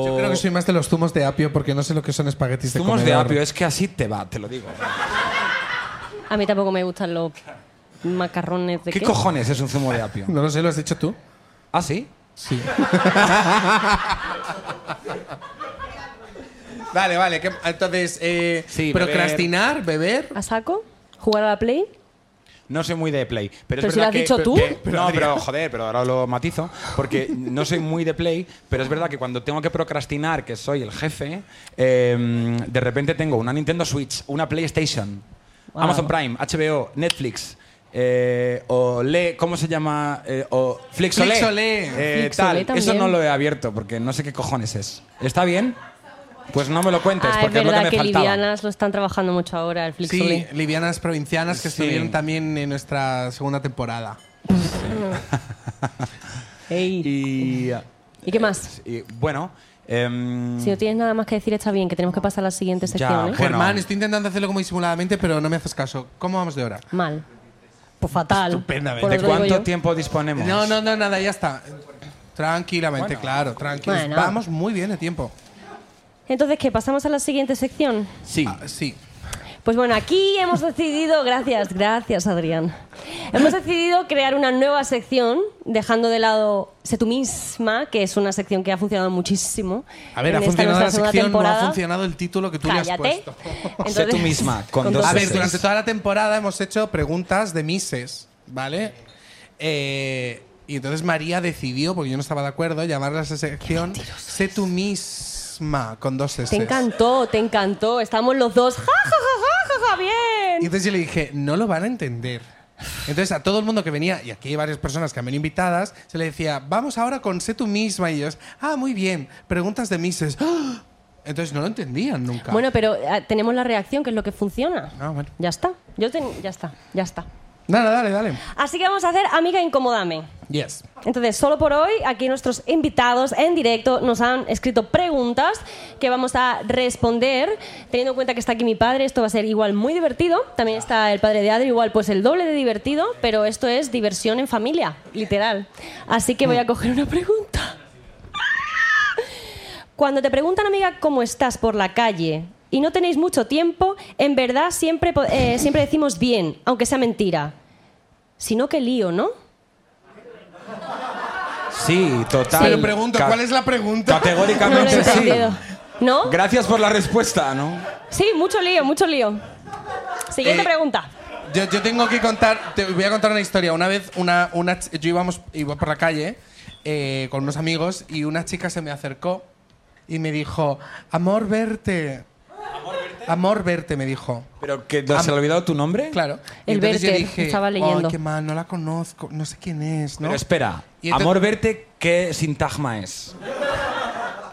Speaker 5: o
Speaker 1: Yo creo que soy más de los zumos de apio porque no sé lo que son espaguetis de
Speaker 5: zumos de
Speaker 1: comedor.
Speaker 5: apio, es que así te va, te lo digo.
Speaker 2: A mí tampoco me gustan los macarrones de
Speaker 5: ¿Qué, cojones es un zumo de apio?
Speaker 1: No lo sé, ¿lo has hecho tú?
Speaker 5: ¿Ah, sí?
Speaker 1: Sí. vale, vale. que- entonces, eh,
Speaker 5: Sí,
Speaker 1: procrastinar, beber.
Speaker 2: ¿A saco? ¿Jugar a la Play? Ah,
Speaker 5: No soy muy de play. Pero,
Speaker 2: Pero
Speaker 5: es
Speaker 2: si lo
Speaker 5: verdad
Speaker 2: has
Speaker 5: que-
Speaker 2: dicho tú.
Speaker 5: que- no, pero joder, pero ahora lo matizo. Porque no soy muy de play, pero es verdad que cuando tengo que procrastinar, que soy el jefe, eh, de repente tengo una Nintendo Switch, una PlayStation,
Speaker 2: Wow.
Speaker 5: Amazon Prime, HBO, Netflix. eh, o le, ¿cómo se llama? Eh, o Flixolé.
Speaker 1: Flixolé.
Speaker 5: Eh, tal.
Speaker 2: Flixolé
Speaker 5: Eso no
Speaker 2: E también.
Speaker 5: lo he abierto porque no sé qué cojones es. ¿Está bien? Pues no me lo cuentes
Speaker 2: Ah, es
Speaker 5: porque es, lo que
Speaker 2: verdad
Speaker 5: me
Speaker 2: que,
Speaker 5: faltaba.
Speaker 2: livianas lo están trabajando mucho ahora, el
Speaker 1: Sí,
Speaker 2: Flixolé.
Speaker 1: livianas provincianas que
Speaker 5: Sí.
Speaker 1: estuvieron también en nuestra segunda temporada.
Speaker 2: Ey.
Speaker 5: Y
Speaker 2: ¿Y qué más?
Speaker 5: Y, bueno, Em,
Speaker 2: Si no tienes nada más que decir, está bien, que tenemos que pasar a la siguiente
Speaker 5: Ya, pues,
Speaker 2: sección. ¿eh?
Speaker 5: bueno.
Speaker 1: Germán, estoy intentando hacerlo como disimuladamente, pero no me haces caso. ¿Cómo vamos de hora?
Speaker 2: Mal. Pues fatal.
Speaker 1: Estupendamente.
Speaker 2: Por lo
Speaker 5: ¿De
Speaker 2: que digo
Speaker 5: cuánto
Speaker 2: yo.
Speaker 5: tiempo disponemos?
Speaker 2: Pues-
Speaker 1: No, no, no, nada, ya está. Tranquilamente,
Speaker 5: Bueno.
Speaker 1: claro, tranquilos.
Speaker 2: Bueno.
Speaker 1: Vamos muy bien de tiempo.
Speaker 2: Entonces, ¿qué? ¿Pasamos a la siguiente sección?
Speaker 7: Sí.
Speaker 1: Ah, sí.
Speaker 2: Pues bueno, aquí hemos decidido, gracias, gracias Adrián. Hemos decidido crear una nueva sección, dejando de lado Sé tú misma, que es una sección que ha funcionado muchísimo.
Speaker 1: A ver,
Speaker 2: en
Speaker 1: ha
Speaker 2: esta
Speaker 1: funcionado
Speaker 2: nuestra
Speaker 1: la
Speaker 2: segunda
Speaker 1: sección, no ha
Speaker 2: temporada.
Speaker 1: funcionado el título que tú le has
Speaker 2: Cállate. [LAUGHS]
Speaker 1: puesto.
Speaker 5: Sé tú misma, con dos
Speaker 1: A ver,
Speaker 5: Entonces-
Speaker 1: durante toda la temporada hemos hecho preguntas de Mises, ¿vale? Eh, y entonces María decidió, porque yo no estaba de acuerdo, llamarla a esa sección Sé tú misma, con dos S.
Speaker 2: Te encantó, te encantó. Estamos los dos. ¡Ja, ja, ja, ja, ja, ja!
Speaker 1: Y
Speaker 2: ¡Bien!
Speaker 1: entonces yo le dije, no lo van a entender. Entonces a todo el mundo que venía, y aquí hay varias personas que han venido invitadas, se le decía, vamos ahora con Sé tú misma. Y ellos, ah, muy bien, preguntas de Mises. [GASPS] ¡Ah! Entonces no lo entendían nunca.
Speaker 2: Bueno, pero ah, tenemos la reacción, que es lo que funciona.
Speaker 1: Ah, bueno.
Speaker 2: Ya está. Yo ten- Ya está, ya está.
Speaker 1: Nada, dale, dale.
Speaker 2: Así que vamos a hacer Amiga Incomodame.
Speaker 1: Yes.
Speaker 2: Entonces, solo por hoy, aquí nuestros invitados en directo nos han escrito preguntas que vamos a responder. Teniendo en cuenta que está aquí mi padre, esto va a ser igual muy divertido. También está el padre de Adri, igual pues el doble de divertido, pero esto es diversión en familia, literal. Así que voy a coger una pregunta. Cuando te preguntan, amiga, cómo estás por la calle y no tenéis mucho tiempo, en verdad siempre, po- eh, siempre decimos bien, aunque sea mentira. Si no, qué lío, ¿no?
Speaker 5: Sí, total.
Speaker 1: Pero pregunto,
Speaker 5: Ca-
Speaker 1: ¿cuál es la pregunta?
Speaker 2: No lo he
Speaker 5: Categóricamente sí.
Speaker 2: entendido. ¿No?
Speaker 5: Gracias por la respuesta, ¿no?
Speaker 2: Sí, mucho lío, mucho lío. Siguiente
Speaker 1: Eh,
Speaker 2: pregunta.
Speaker 1: Yo, yo tengo que contar, te voy a contar una historia. Una vez una, una ch- yo íbamos, iba por la calle eh, con unos amigos y una chica se me acercó y me dijo, amor verte. Amor verte, me dijo.
Speaker 5: Pero que ¿no se le ha olvidado tu nombre.
Speaker 1: Claro. Y
Speaker 2: El
Speaker 1: entonces yo
Speaker 2: Werther,
Speaker 1: dije,
Speaker 2: estaba leyendo.
Speaker 1: Ay, qué mal, no la conozco, no sé quién es, ¿no?
Speaker 5: Pero espera,
Speaker 1: Y entonces-
Speaker 5: amor verte, ¿qué sintagma es?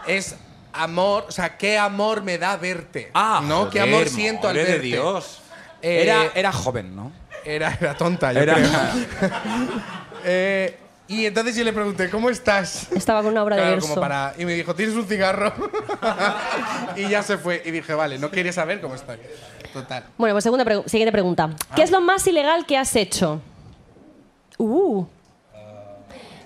Speaker 1: es amor, o sea, qué amor me da verte.
Speaker 5: Ah,
Speaker 1: ¿no? qué
Speaker 5: joder,
Speaker 1: amor siento al
Speaker 5: madre
Speaker 1: verte.
Speaker 5: de Dios.
Speaker 1: Eh,
Speaker 5: era, era joven, ¿no?
Speaker 1: Era, era tonta, yo
Speaker 5: Era-
Speaker 1: creo. [LAUGHS] Eh, y entonces yo le pregunté, ¿cómo estás?
Speaker 2: Estaba con una obra de
Speaker 1: Claro,
Speaker 2: verso.
Speaker 1: como para- Y me dijo, ¿tienes un cigarro? [LAUGHS] y ya se fue. Y dije, vale, no quería saber cómo estoy. Total.
Speaker 2: Bueno, pues segunda pregu- siguiente pregunta. ¿Qué es lo más ilegal que has hecho? Uh.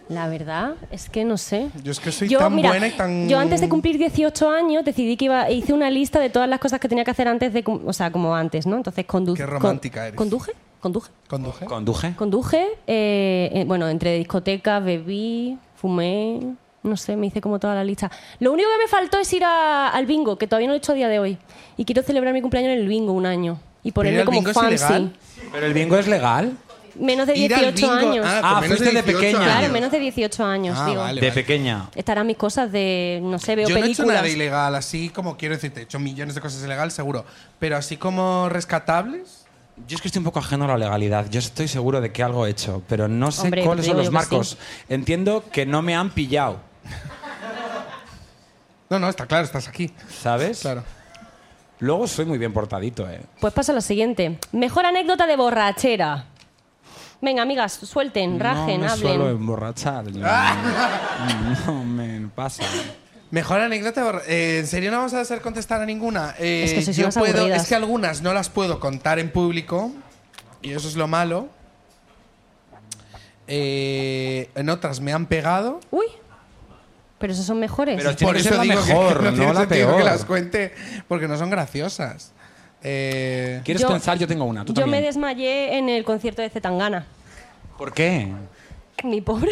Speaker 2: La verdad es que no sé.
Speaker 1: Yo es que soy tan buena y tan-
Speaker 2: Yo antes de cumplir 18 años decidí que iba, hice una lista de todas las cosas que tenía que hacer antes de, cum- o sea, como antes, ¿no? Entonces conduje.
Speaker 1: Qué romántica eres.
Speaker 2: Conduje, conduje.
Speaker 1: ¿Conduje?
Speaker 5: Conduje.
Speaker 2: Conduje, eh, eh, bueno, entre discotecas, bebí, fumé, no sé, me hice como toda la lista. Lo único que me faltó es ir a- al bingo, que todavía no lo he hecho a día de hoy. Y quiero celebrar mi cumpleaños en el bingo un año. Y
Speaker 1: ir
Speaker 2: ponerme
Speaker 1: al
Speaker 2: como
Speaker 1: bingo es
Speaker 2: fancy.
Speaker 1: ilegal?
Speaker 5: Pero el bingo es legal.
Speaker 2: Menos de
Speaker 1: Ir al
Speaker 2: 18
Speaker 1: bingo.
Speaker 2: años.
Speaker 1: Ah,
Speaker 5: Ah,
Speaker 1: con menos
Speaker 5: fuiste de
Speaker 1: 18
Speaker 5: pequeña.
Speaker 1: años.
Speaker 2: claro, menos de 18 años,
Speaker 1: Ah,
Speaker 2: digo.
Speaker 1: vale.
Speaker 5: de pequeña.
Speaker 2: Estarán mis cosas de, no sé, veo
Speaker 1: Yo no he hecho
Speaker 2: películas.
Speaker 1: nada ilegal, así como quiero decirte, he hecho millones de cosas ilegales, seguro. Pero así como rescatables.
Speaker 5: Yo es que estoy un poco ajeno a la legalidad. Yo estoy seguro de que algo he hecho, pero no sé
Speaker 2: Hombre,
Speaker 5: cuáles
Speaker 2: digo
Speaker 5: son los
Speaker 2: yo que
Speaker 5: marcos. Entiendo que no me han pillado,
Speaker 1: No, no, está claro, estás aquí.
Speaker 5: ¿sabes?
Speaker 1: Claro.
Speaker 5: Luego soy muy bien portadito, ¿eh?
Speaker 2: Pues pasa a la siguiente. Mejor anécdota de borrachera. Venga, amigas, suelten, rajen,
Speaker 5: no me
Speaker 2: hablen.
Speaker 5: suelo emborrachar.
Speaker 1: [LAUGHS]
Speaker 5: No, no me pasa.
Speaker 1: Mejor anécdota. borra- eh, ¿En serio no vamos a hacer contestar a ninguna? Eh,
Speaker 2: Es que sois
Speaker 1: yo
Speaker 2: unas
Speaker 1: puedo,
Speaker 2: aburridas.
Speaker 1: es que algunas no las puedo contar en público y eso es lo malo. Eh, en otras me han pegado.
Speaker 2: Uy. Pero esos son mejores.
Speaker 5: Pero Tiene que ser la
Speaker 1: digo que [LAUGHS]
Speaker 5: mejor,
Speaker 1: no,
Speaker 5: no
Speaker 1: tiene
Speaker 5: la
Speaker 1: sentido
Speaker 5: peor.
Speaker 1: que las cuente porque no son graciosas.
Speaker 2: [LAUGHS]
Speaker 1: Eh, [LAUGHS]
Speaker 5: ¿Quieres
Speaker 2: Yo-
Speaker 5: pensar? Yo tengo una. Ah, ¿Tú
Speaker 2: Yo me
Speaker 5: también?
Speaker 2: desmayé en el concierto de Zetangana.
Speaker 5: ¿Por qué?
Speaker 2: Mi pobre.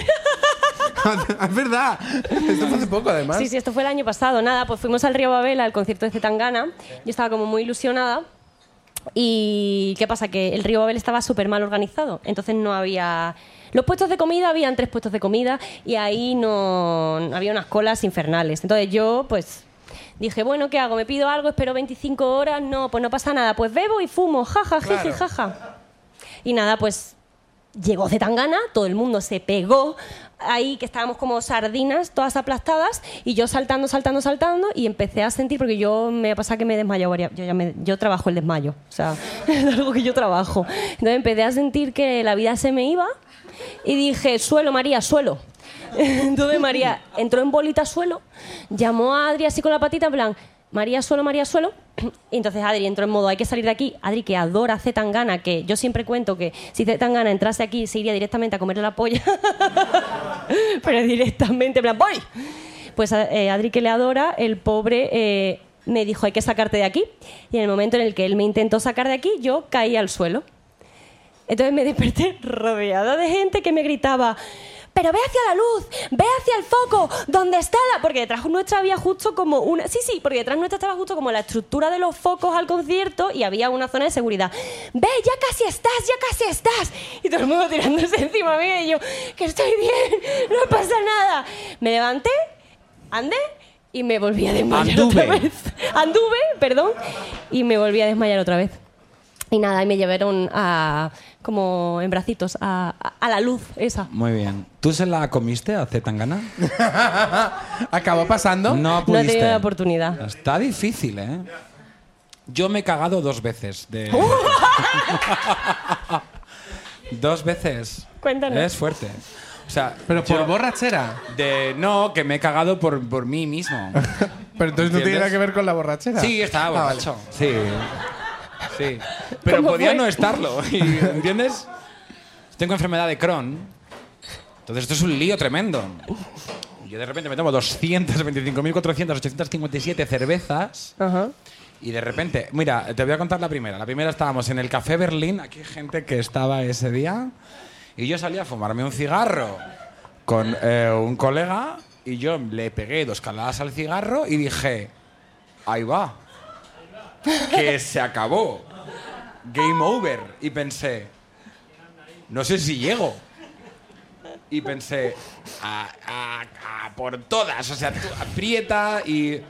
Speaker 1: es verdad. Esto fue hace poco, además.
Speaker 2: [LAUGHS] Sí, sí, esto fue el año pasado. Nada, pues fuimos al Río Babel al concierto de Zetangana. Yo estaba como muy ilusionada. ¿Y qué pasa? Que el Río Babel estaba súper mal organizado. Entonces no había... Los puestos de comida, habían tres puestos de comida y ahí no... Había unas colas infernales. Entonces yo, pues... Dije, bueno, ¿qué hago? ¿Me pido algo? ¿Espero 25 horas? No, pues no pasa nada. Pues bebo y fumo. Jaja, jiji,
Speaker 1: Claro.
Speaker 2: jaja. Y nada, pues llegó Zetangana, todo el mundo se pegó ahí, que estábamos como sardinas, todas aplastadas, y yo saltando, saltando, saltando, y empecé a sentir, porque yo me pasa que me desmayo varias, yo, ya me- yo trabajo el desmayo, o sea, [LAUGHS] es algo que yo trabajo. Entonces empecé a sentir que la vida se me iba, y dije, suelo, [LAUGHS] María, suelo. Entonces María entró en bolita al suelo, llamó a Adri así con la patita en plan, María suelo, María suelo. [CLEARS THROAT] Y entonces Adri entró en modo, hay que salir de aquí. Adri que adora a Zetangana, que yo siempre cuento que si Zetangana entrase aquí se iría directamente a comerle la polla. [LAUGHS] Pero directamente, en plan, ¡voy! Pues eh, Adri que le adora, el pobre... eh, me dijo, hay que sacarte de aquí. Y en el momento en el que él me intentó sacar de aquí, yo caí al suelo. Entonces me desperté [LAUGHS] rodeada de gente que me gritaba, pero ve hacia la luz, ve hacia el foco, ¿dónde está la...? Porque detrás nuestra había justo como una... Sí, sí, porque detrás nuestra estaba justo como la estructura de los focos al concierto y había una zona de seguridad. Ve, ya casi estás, ya casi estás. Y todo el mundo tirándose [LAUGHS] encima mí y yo, que estoy bien, [LAUGHS] no pasa nada. Me levanté, andé y me volví a desmayar otra
Speaker 5: Anduve.
Speaker 2: vez. Anduve, perdón, y me volví a desmayar otra vez. Y nada, y me llevaron a, como en bracitos, a, a- a la luz esa.
Speaker 5: Muy bien. ¿Tú se la comiste a Zetangana?
Speaker 1: Acabó pasando.
Speaker 5: No
Speaker 2: No he
Speaker 5: pudiste.
Speaker 2: tenido la oportunidad.
Speaker 5: Está difícil, ¿eh? Yo me he cagado dos veces.
Speaker 2: [LAUGHS]
Speaker 5: De...
Speaker 2: ¡Oh!
Speaker 5: [LAUGHS] dos veces.
Speaker 2: Cuéntanos.
Speaker 5: Es fuerte. O sea,
Speaker 1: Pero por
Speaker 5: yo-
Speaker 1: borrachera.
Speaker 5: de no, que me he cagado por, por
Speaker 1: [LAUGHS]
Speaker 5: mí mismo.
Speaker 1: Pero entonces no tiene
Speaker 5: ¿Entiendes?
Speaker 1: nada que ver con la borrachera.
Speaker 5: Sí, estaba
Speaker 1: Ah,
Speaker 5: borracho. Sí. Sí. Pero
Speaker 2: ¿Cómo
Speaker 5: podía
Speaker 2: fue?
Speaker 5: no estarlo. [LAUGHS] y- ¿Entiendes? Tengo enfermedad de Crohn. Entonces esto es un lío tremendo. Yo de repente me tomo 225.457 cervezas. Y de repente, mira, te voy a contar la primera. La primera estábamos en el Café Berlín, aquí hay gente que estaba ese día, y yo salí a fumarme un cigarro con eh, un colega, y yo le pegué dos caladas al cigarro y dije, ahí va, que se acabó, game over. Y pensé, no sé si llego. Y pensé, a, a- a por todas, o sea, tú aprieta y...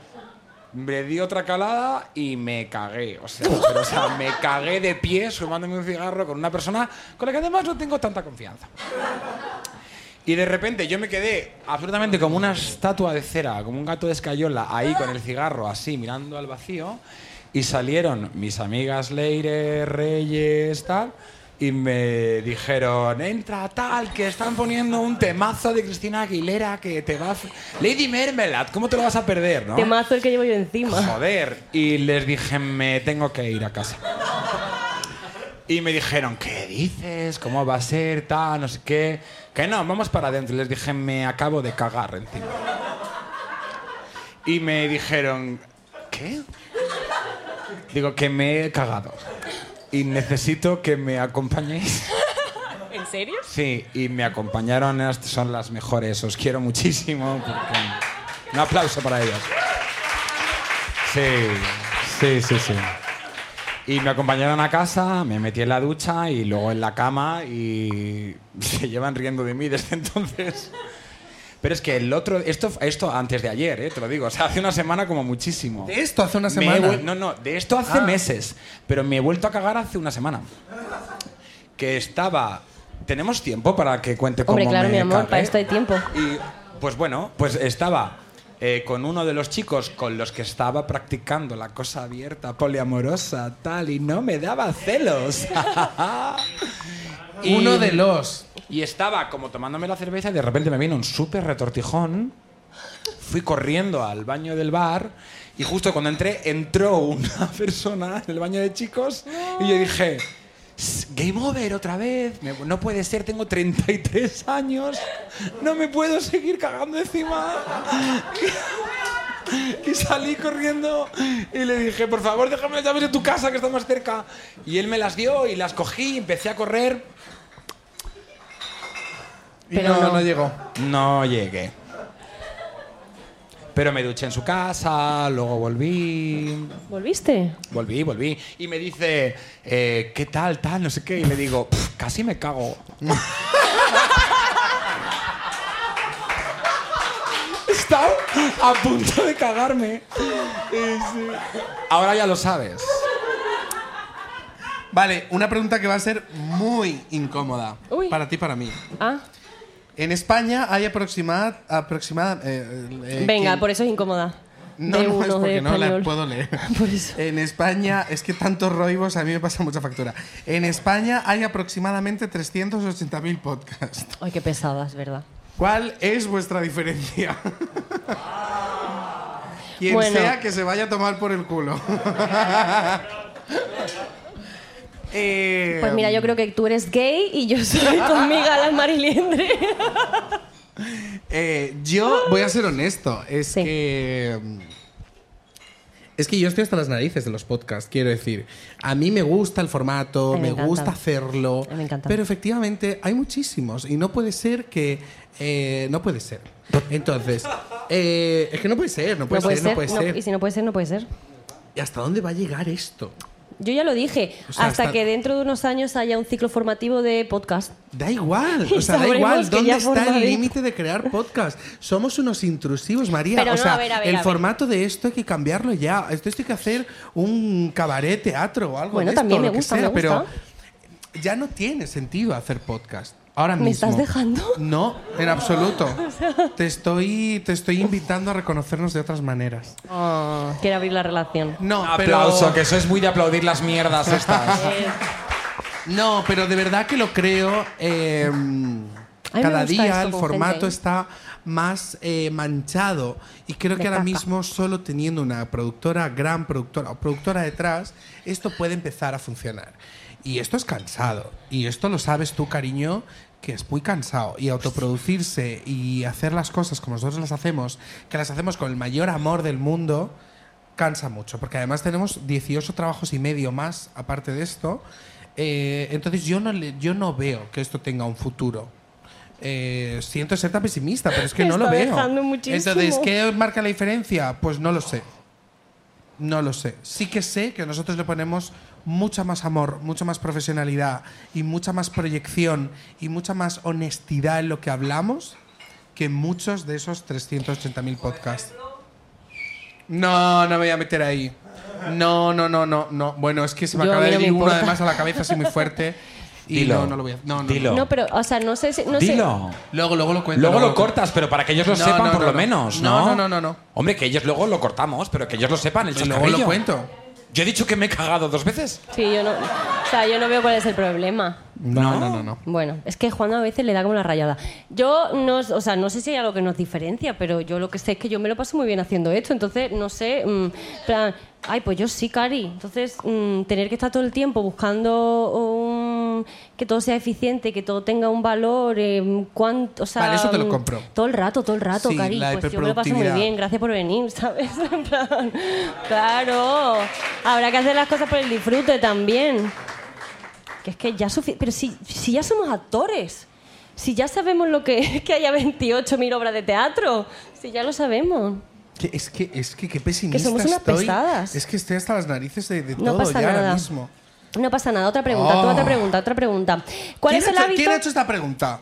Speaker 5: Me di otra calada y me cagué. O sea, pero, o sea, me cagué de pie sumándome un cigarro con una persona con la que además no tengo tanta confianza. Y de repente yo me quedé absolutamente como una estatua de cera, como un gato de escayola, ahí con el cigarro así mirando al vacío. Y salieron mis amigas Leire, Reyes, tal. Y me dijeron, entra tal, que están poniendo un temazo de Cristina Aguilera que te va a... fl- Lady Mermelad, ¿cómo te lo vas a perder, no?
Speaker 2: Temazo el que llevo yo encima.
Speaker 5: Joder. Y les dije, me tengo que ir a casa. Y me dijeron, ¿qué dices? ¿Cómo va a ser? Tal, no sé qué. Que no, vamos para adentro. Y les dije, me acabo de cagar encima. Y me dijeron, ¿qué? Digo, que me he cagado. Y necesito que me acompañéis.
Speaker 2: ¿En serio?
Speaker 5: Sí, y me acompañaron, estas son las mejores, os quiero muchísimo. porque- Un aplauso para ellas. Sí, sí, sí, sí. Y me acompañaron a casa, me metí en la ducha y luego en la cama y [LAUGHS] se llevan riendo de mí desde entonces. Pero es que el otro, esto, esto antes de ayer, eh, te lo digo, o sea, hace una semana como muchísimo.
Speaker 1: De esto hace una
Speaker 5: Me he
Speaker 1: semana. Ah.
Speaker 5: vuel- no, no, de esto hace meses, pero me he vuelto a cagar hace una semana. Que estaba. ¿Tenemos tiempo para que cuente cómo
Speaker 2: Hombre, claro,
Speaker 5: me
Speaker 2: mi amor,
Speaker 5: cagué?
Speaker 2: para esto hay tiempo.
Speaker 5: Y pues bueno, pues estaba eh, con uno de los chicos con los que estaba practicando la cosa abierta, poliamorosa, tal, y no me daba celos. [LAUGHS] Y-
Speaker 1: Uno de los.
Speaker 5: y estaba como tomándome la cerveza y de repente me vino un súper retortijón. Fui corriendo al baño del bar y justo cuando entré, entró una [LAUGHS] persona en el baño de chicos y yo dije, "S- Game over otra vez, Me- no puede ser, tengo 33 años, no me puedo seguir cagando encima. [LAUGHS] Y salí corriendo y le dije, por favor, déjame las llaves de tu casa que está más cerca. Y él me las dio y las cogí y empecé a correr
Speaker 1: Y
Speaker 2: Pero
Speaker 1: no,
Speaker 2: no.
Speaker 1: no llegó.
Speaker 5: No llegué. Pero me duché en su casa, luego volví,
Speaker 2: ¿Volviste?
Speaker 5: volví, volví. Y me dice, eh, ¿qué tal, tal, no sé qué? Y le digo, "Pf, casi me cago. [LAUGHS] Estaba a punto de cagarme. Eh, sí. Ahora ya lo sabes.
Speaker 1: Vale, una pregunta que va a ser muy incómoda.
Speaker 2: Uy.
Speaker 1: Para ti y para mí.
Speaker 2: Ah,
Speaker 1: En España hay aproximada. aproximada eh, eh,
Speaker 2: venga,
Speaker 1: quien-
Speaker 2: por eso es incómoda.
Speaker 1: No,
Speaker 2: De
Speaker 1: no, es
Speaker 2: uno de
Speaker 1: porque no la
Speaker 2: español.
Speaker 1: puedo leer.
Speaker 2: [LAUGHS] Por eso.
Speaker 1: En España, es que tantos roibos a mí me pasa mucha factura. En España hay aproximadamente 380.000 podcasts.
Speaker 2: Ay, qué pesada, es verdad.
Speaker 1: ¿Cuál es vuestra diferencia? [LAUGHS] Quien
Speaker 2: Bueno.
Speaker 1: sea que se vaya a tomar por el culo. [LAUGHS] Eh,
Speaker 2: Pues mira, yo creo que tú eres gay y yo soy tu amiga, la Mariliendre.
Speaker 1: eh, yo voy a ser honesto. Es
Speaker 2: Sí.
Speaker 1: que. mm, Es que yo estoy hasta las narices de los podcasts, quiero decir. A mí me gusta el formato,
Speaker 2: Ay, me
Speaker 1: me,
Speaker 2: encanta.
Speaker 1: gusta hacerlo.
Speaker 2: Ay, me encanta.
Speaker 1: Pero efectivamente hay muchísimos y no puede ser que. eh, no puede ser. Entonces, eh, es que no puede ser, no puede, ser, no puede ser.
Speaker 2: Y si no puede ser, no puede ser.
Speaker 1: ¿Y hasta dónde va a llegar esto?
Speaker 2: Yo ya lo dije,
Speaker 1: O sea,
Speaker 2: hasta
Speaker 1: hasta-
Speaker 2: que dentro de unos años haya un ciclo formativo de podcast.
Speaker 1: Da
Speaker 2: [LAUGHS]
Speaker 1: igual,
Speaker 2: Y
Speaker 1: o sea, da
Speaker 2: sabremos
Speaker 1: igual
Speaker 2: que
Speaker 1: dónde
Speaker 2: ya
Speaker 1: está el
Speaker 2: formaré.
Speaker 1: límite de crear podcast. Somos unos intrusivos, María.
Speaker 2: Pero
Speaker 1: o
Speaker 2: no,
Speaker 1: sea,
Speaker 2: a ver, a ver,
Speaker 1: el
Speaker 2: a ver.
Speaker 1: formato de esto hay que cambiarlo ya. Esto hay que hacer un cabaret, teatro o algo
Speaker 2: Bueno,
Speaker 1: de esto,
Speaker 2: también me
Speaker 1: lo que
Speaker 2: gusta, me
Speaker 1: sea,
Speaker 2: gusta.
Speaker 1: Pero ya no tiene sentido hacer podcast. Ahora
Speaker 2: ¿Me
Speaker 1: mismo.
Speaker 2: estás dejando?
Speaker 1: No, en
Speaker 2: [LAUGHS]
Speaker 1: absoluto. Te estoy, te estoy invitando a reconocernos de otras maneras.
Speaker 2: Quiero abrir la relación.
Speaker 1: No, pero-
Speaker 5: Aplauso, que eso es muy de aplaudir las mierdas estas.
Speaker 1: No, pero de verdad que lo creo. eh,
Speaker 2: me
Speaker 1: cada
Speaker 2: gusta
Speaker 1: día
Speaker 2: esto
Speaker 1: el
Speaker 2: con
Speaker 1: formato
Speaker 2: gente, ¿eh?
Speaker 1: está más eh, manchado y creo que
Speaker 2: De
Speaker 1: ahora
Speaker 2: capa.
Speaker 1: mismo solo teniendo una productora, gran productora o productora detrás, esto puede empezar a funcionar. Y esto es cansado. Y esto lo sabes tú, cariño, que es muy cansado. Y autoproducirse y hacer las cosas como nosotros las hacemos, que las hacemos con el mayor amor del mundo, cansa mucho, porque además tenemos 18 trabajos y medio más aparte de esto. Eh, entonces yo no, le- yo no veo que esto tenga un futuro. Eh, siento ser tan pesimista, pero es que
Speaker 2: Me
Speaker 1: no lo
Speaker 2: está
Speaker 1: veo.
Speaker 2: dejando muchísimo.
Speaker 1: Entonces, ¿qué marca la diferencia? Pues no lo sé. No lo sé. Sí que sé que nosotros le ponemos mucha más amor, mucha más profesionalidad y mucha más proyección y mucha más honestidad en lo que hablamos que muchos de esos 380.000 podcasts. No, no me voy a meter ahí. No, no, no, no, no. Bueno, es que se me
Speaker 2: Yo, a
Speaker 1: acaba
Speaker 2: mí
Speaker 1: de
Speaker 2: no me
Speaker 1: venir uno
Speaker 2: importa.
Speaker 1: además a la cabeza así muy
Speaker 2: [LAUGHS]
Speaker 1: fuerte y
Speaker 5: Dilo.
Speaker 1: no, no lo voy a. No, no, no.
Speaker 5: Dilo.
Speaker 2: No, pero, o sea, no sé si. No sé-
Speaker 5: Dilo.
Speaker 1: Luego, luego lo cuento.
Speaker 5: Luego lo
Speaker 1: cuento.
Speaker 5: cortas, pero para que ellos lo
Speaker 1: No,
Speaker 5: sepan
Speaker 1: no,
Speaker 5: por
Speaker 1: no,
Speaker 5: lo
Speaker 1: no.
Speaker 5: menos,
Speaker 1: No,
Speaker 5: ¿no?
Speaker 1: no, no, no, no.
Speaker 5: Hombre, que ellos luego lo cortamos, pero que ellos lo sepan, el
Speaker 1: Y luego
Speaker 5: chascarrillo.
Speaker 1: lo cuento.
Speaker 5: Yo he dicho que me he cagado dos veces.
Speaker 2: Sí, yo no. O sea, yo no veo cuál es el problema.
Speaker 1: No, no, no, no.
Speaker 2: Bueno, es que Juan a veces le da como la rayada. Yo no, o sea, no sé si hay algo que nos diferencia, pero yo lo que sé es que yo me lo paso muy bien haciendo esto, entonces no sé, mm, plan, ay, pues yo sí, Cari. Entonces, mm, tener que estar todo el tiempo buscando un- que todo sea eficiente, que todo tenga un valor, eh, cuánto, o sea,
Speaker 1: Vale, eso te lo
Speaker 2: mm,
Speaker 1: compro.
Speaker 2: Todo el rato, todo el rato,
Speaker 1: Sí,
Speaker 2: Cari.
Speaker 1: la
Speaker 2: Pues yo me lo paso muy
Speaker 1: hiperproductividad.
Speaker 2: bien, gracias por venir, [LAUGHS] ¿sabes? En plan, claro, habrá que hacer las cosas por el disfrute también. Que es que ya sufi- Pero si, si ya somos actores, si ya sabemos lo que es que haya 28.000 obras de teatro, si ya lo sabemos.
Speaker 1: Que es que, es que, qué pesimista
Speaker 2: Que somos unas
Speaker 1: estoy.
Speaker 2: pesadas.
Speaker 1: Es que estoy hasta las narices de, de
Speaker 2: No
Speaker 1: todo
Speaker 2: pasa
Speaker 1: ya
Speaker 2: nada.
Speaker 1: ahora mismo.
Speaker 2: No pasa nada, otra pregunta, tú
Speaker 1: Oh.
Speaker 2: otra pregunta, otra pregunta. ¿Cuál
Speaker 1: ¿Quién
Speaker 2: es
Speaker 1: ha
Speaker 2: el
Speaker 1: hecho-
Speaker 2: hábito?
Speaker 1: ¿Quién ha hecho esta pregunta?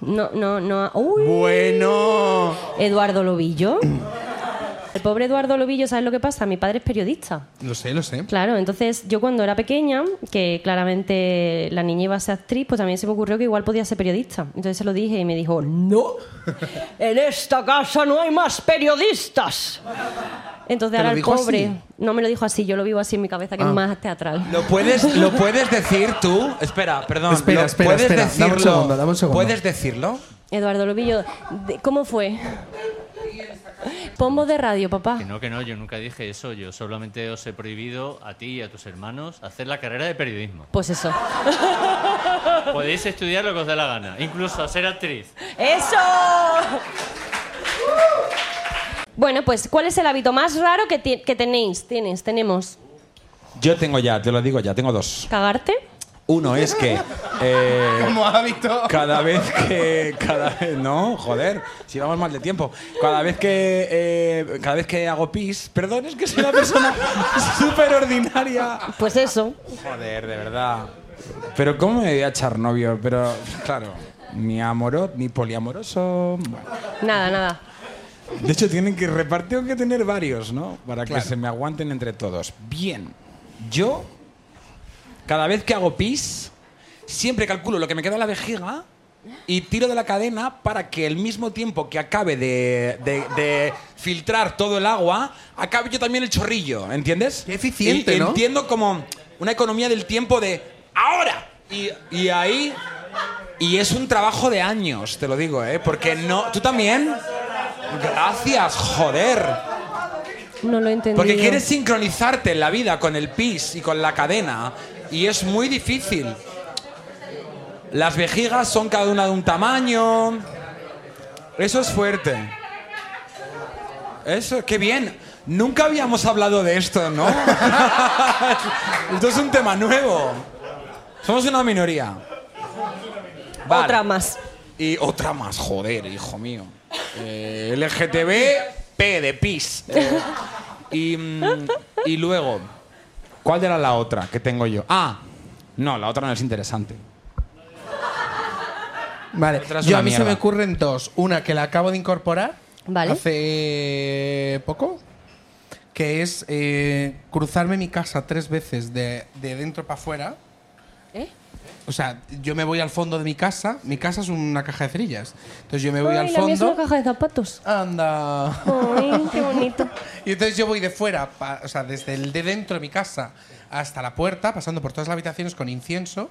Speaker 2: No, no, no. Uy,
Speaker 1: Bueno.
Speaker 2: Eduardo Lobillo. El pobre Eduardo Lobillo, ¿sabes lo que pasa? Mi padre es periodista.
Speaker 1: Lo sé, lo sé.
Speaker 2: Claro, entonces yo cuando era pequeña, que claramente la niña iba a ser actriz, pues también se me ocurrió que igual podía ser periodista. Entonces se lo dije y me dijo, no, en esta casa no hay más periodistas. Entonces
Speaker 1: ¿Te
Speaker 2: ahora
Speaker 1: lo
Speaker 2: el
Speaker 1: dijo
Speaker 2: pobre,
Speaker 1: así? Ah.
Speaker 2: no me lo dijo así, yo lo vivo así en mi cabeza, que es más teatral.
Speaker 5: Lo puedes, lo puedes decir tú. Espera, perdón.
Speaker 1: Espera,
Speaker 5: lo
Speaker 1: espera,
Speaker 5: puedes
Speaker 1: espera.
Speaker 5: Decirlo,
Speaker 1: Dame un segundo, dame un segundo.
Speaker 5: ¿Puedes decirlo?
Speaker 2: Eduardo Lobillo, de- ¿cómo fue? Pombo de radio, papá.
Speaker 6: Que no, que no, yo nunca dije eso. Yo solamente os he prohibido a ti y a tus hermanos hacer la carrera de periodismo.
Speaker 2: Pues eso.
Speaker 6: Podéis estudiar lo que os dé la gana, incluso ser actriz.
Speaker 2: ¡Eso! Bueno, pues, ¿cuál es el hábito más raro que, ti- que tenéis? Tienes, tenemos.
Speaker 5: Yo tengo ya, te lo digo ya, tengo dos.
Speaker 2: ¿Cagarte?
Speaker 5: Uno es que eh,
Speaker 1: Como hábito.
Speaker 5: cada vez que cada vez no joder si vamos mal de tiempo cada vez que eh, cada vez que hago pis perdón es que soy una persona [LAUGHS] súper ordinaria
Speaker 2: Pues eso.
Speaker 5: Joder, de verdad. Pero ¿cómo me voy a echar novio? Pero, claro, ni amoroso, ni poliamoroso. Bueno.
Speaker 2: Nada, nada.
Speaker 5: De hecho, tienen que repartir, tengo que tener varios, ¿no? Para
Speaker 1: Claro.
Speaker 5: que se me aguanten entre todos. Bien, yo, cada vez que hago pis, siempre calculo lo que me queda en la vejiga y tiro de la cadena para que el mismo tiempo que acabe de, de- de filtrar todo el agua, acabe yo también el chorrillo, ¿entiendes?
Speaker 1: Qué eficiente,
Speaker 5: Y
Speaker 1: ¿no?
Speaker 5: Entiendo como una economía del tiempo de ahora. Y, y ahí... Y es un trabajo de años, te lo digo, ¿eh? Porque no. ¿Tú también? Gracias, joder.
Speaker 8: No lo he entendido.
Speaker 5: Porque quieres sincronizarte en la vida con el pis y con la cadena. Y es muy difícil. Las vejigas son cada una de un tamaño. Eso es fuerte. Eso, qué bien. Nunca habíamos hablado de esto, ¿no? [LAUGHS] esto es un tema nuevo. Somos una minoría. Vale.
Speaker 8: Otra más.
Speaker 5: Y otra más, joder, hijo mío. Eh, LGTB, P de pis. Eh, y, mm, y luego, ¿cuál era la otra que tengo yo? Ah, no, la otra no es interesante.
Speaker 1: Vale,
Speaker 5: Otra es
Speaker 1: yo
Speaker 5: una
Speaker 1: a mí se
Speaker 5: mierda.
Speaker 1: me ocurren dos. Una que la acabo de incorporar
Speaker 8: Vale.
Speaker 1: hace poco, que es eh, cruzarme mi casa tres veces de, de dentro para afuera.
Speaker 8: ¿Eh?
Speaker 1: O sea, yo me voy al fondo de mi casa. Mi casa es una caja de cerillas. Entonces yo me voy
Speaker 8: Ay,
Speaker 1: al
Speaker 8: la mía es una
Speaker 1: fondo.
Speaker 8: caja de zapatos.
Speaker 1: Anda. [LAUGHS]
Speaker 8: Ay, qué bonito.
Speaker 1: Y entonces yo voy de fuera, pa- o sea, desde el de dentro de mi casa hasta la puerta, pasando por todas las habitaciones con incienso,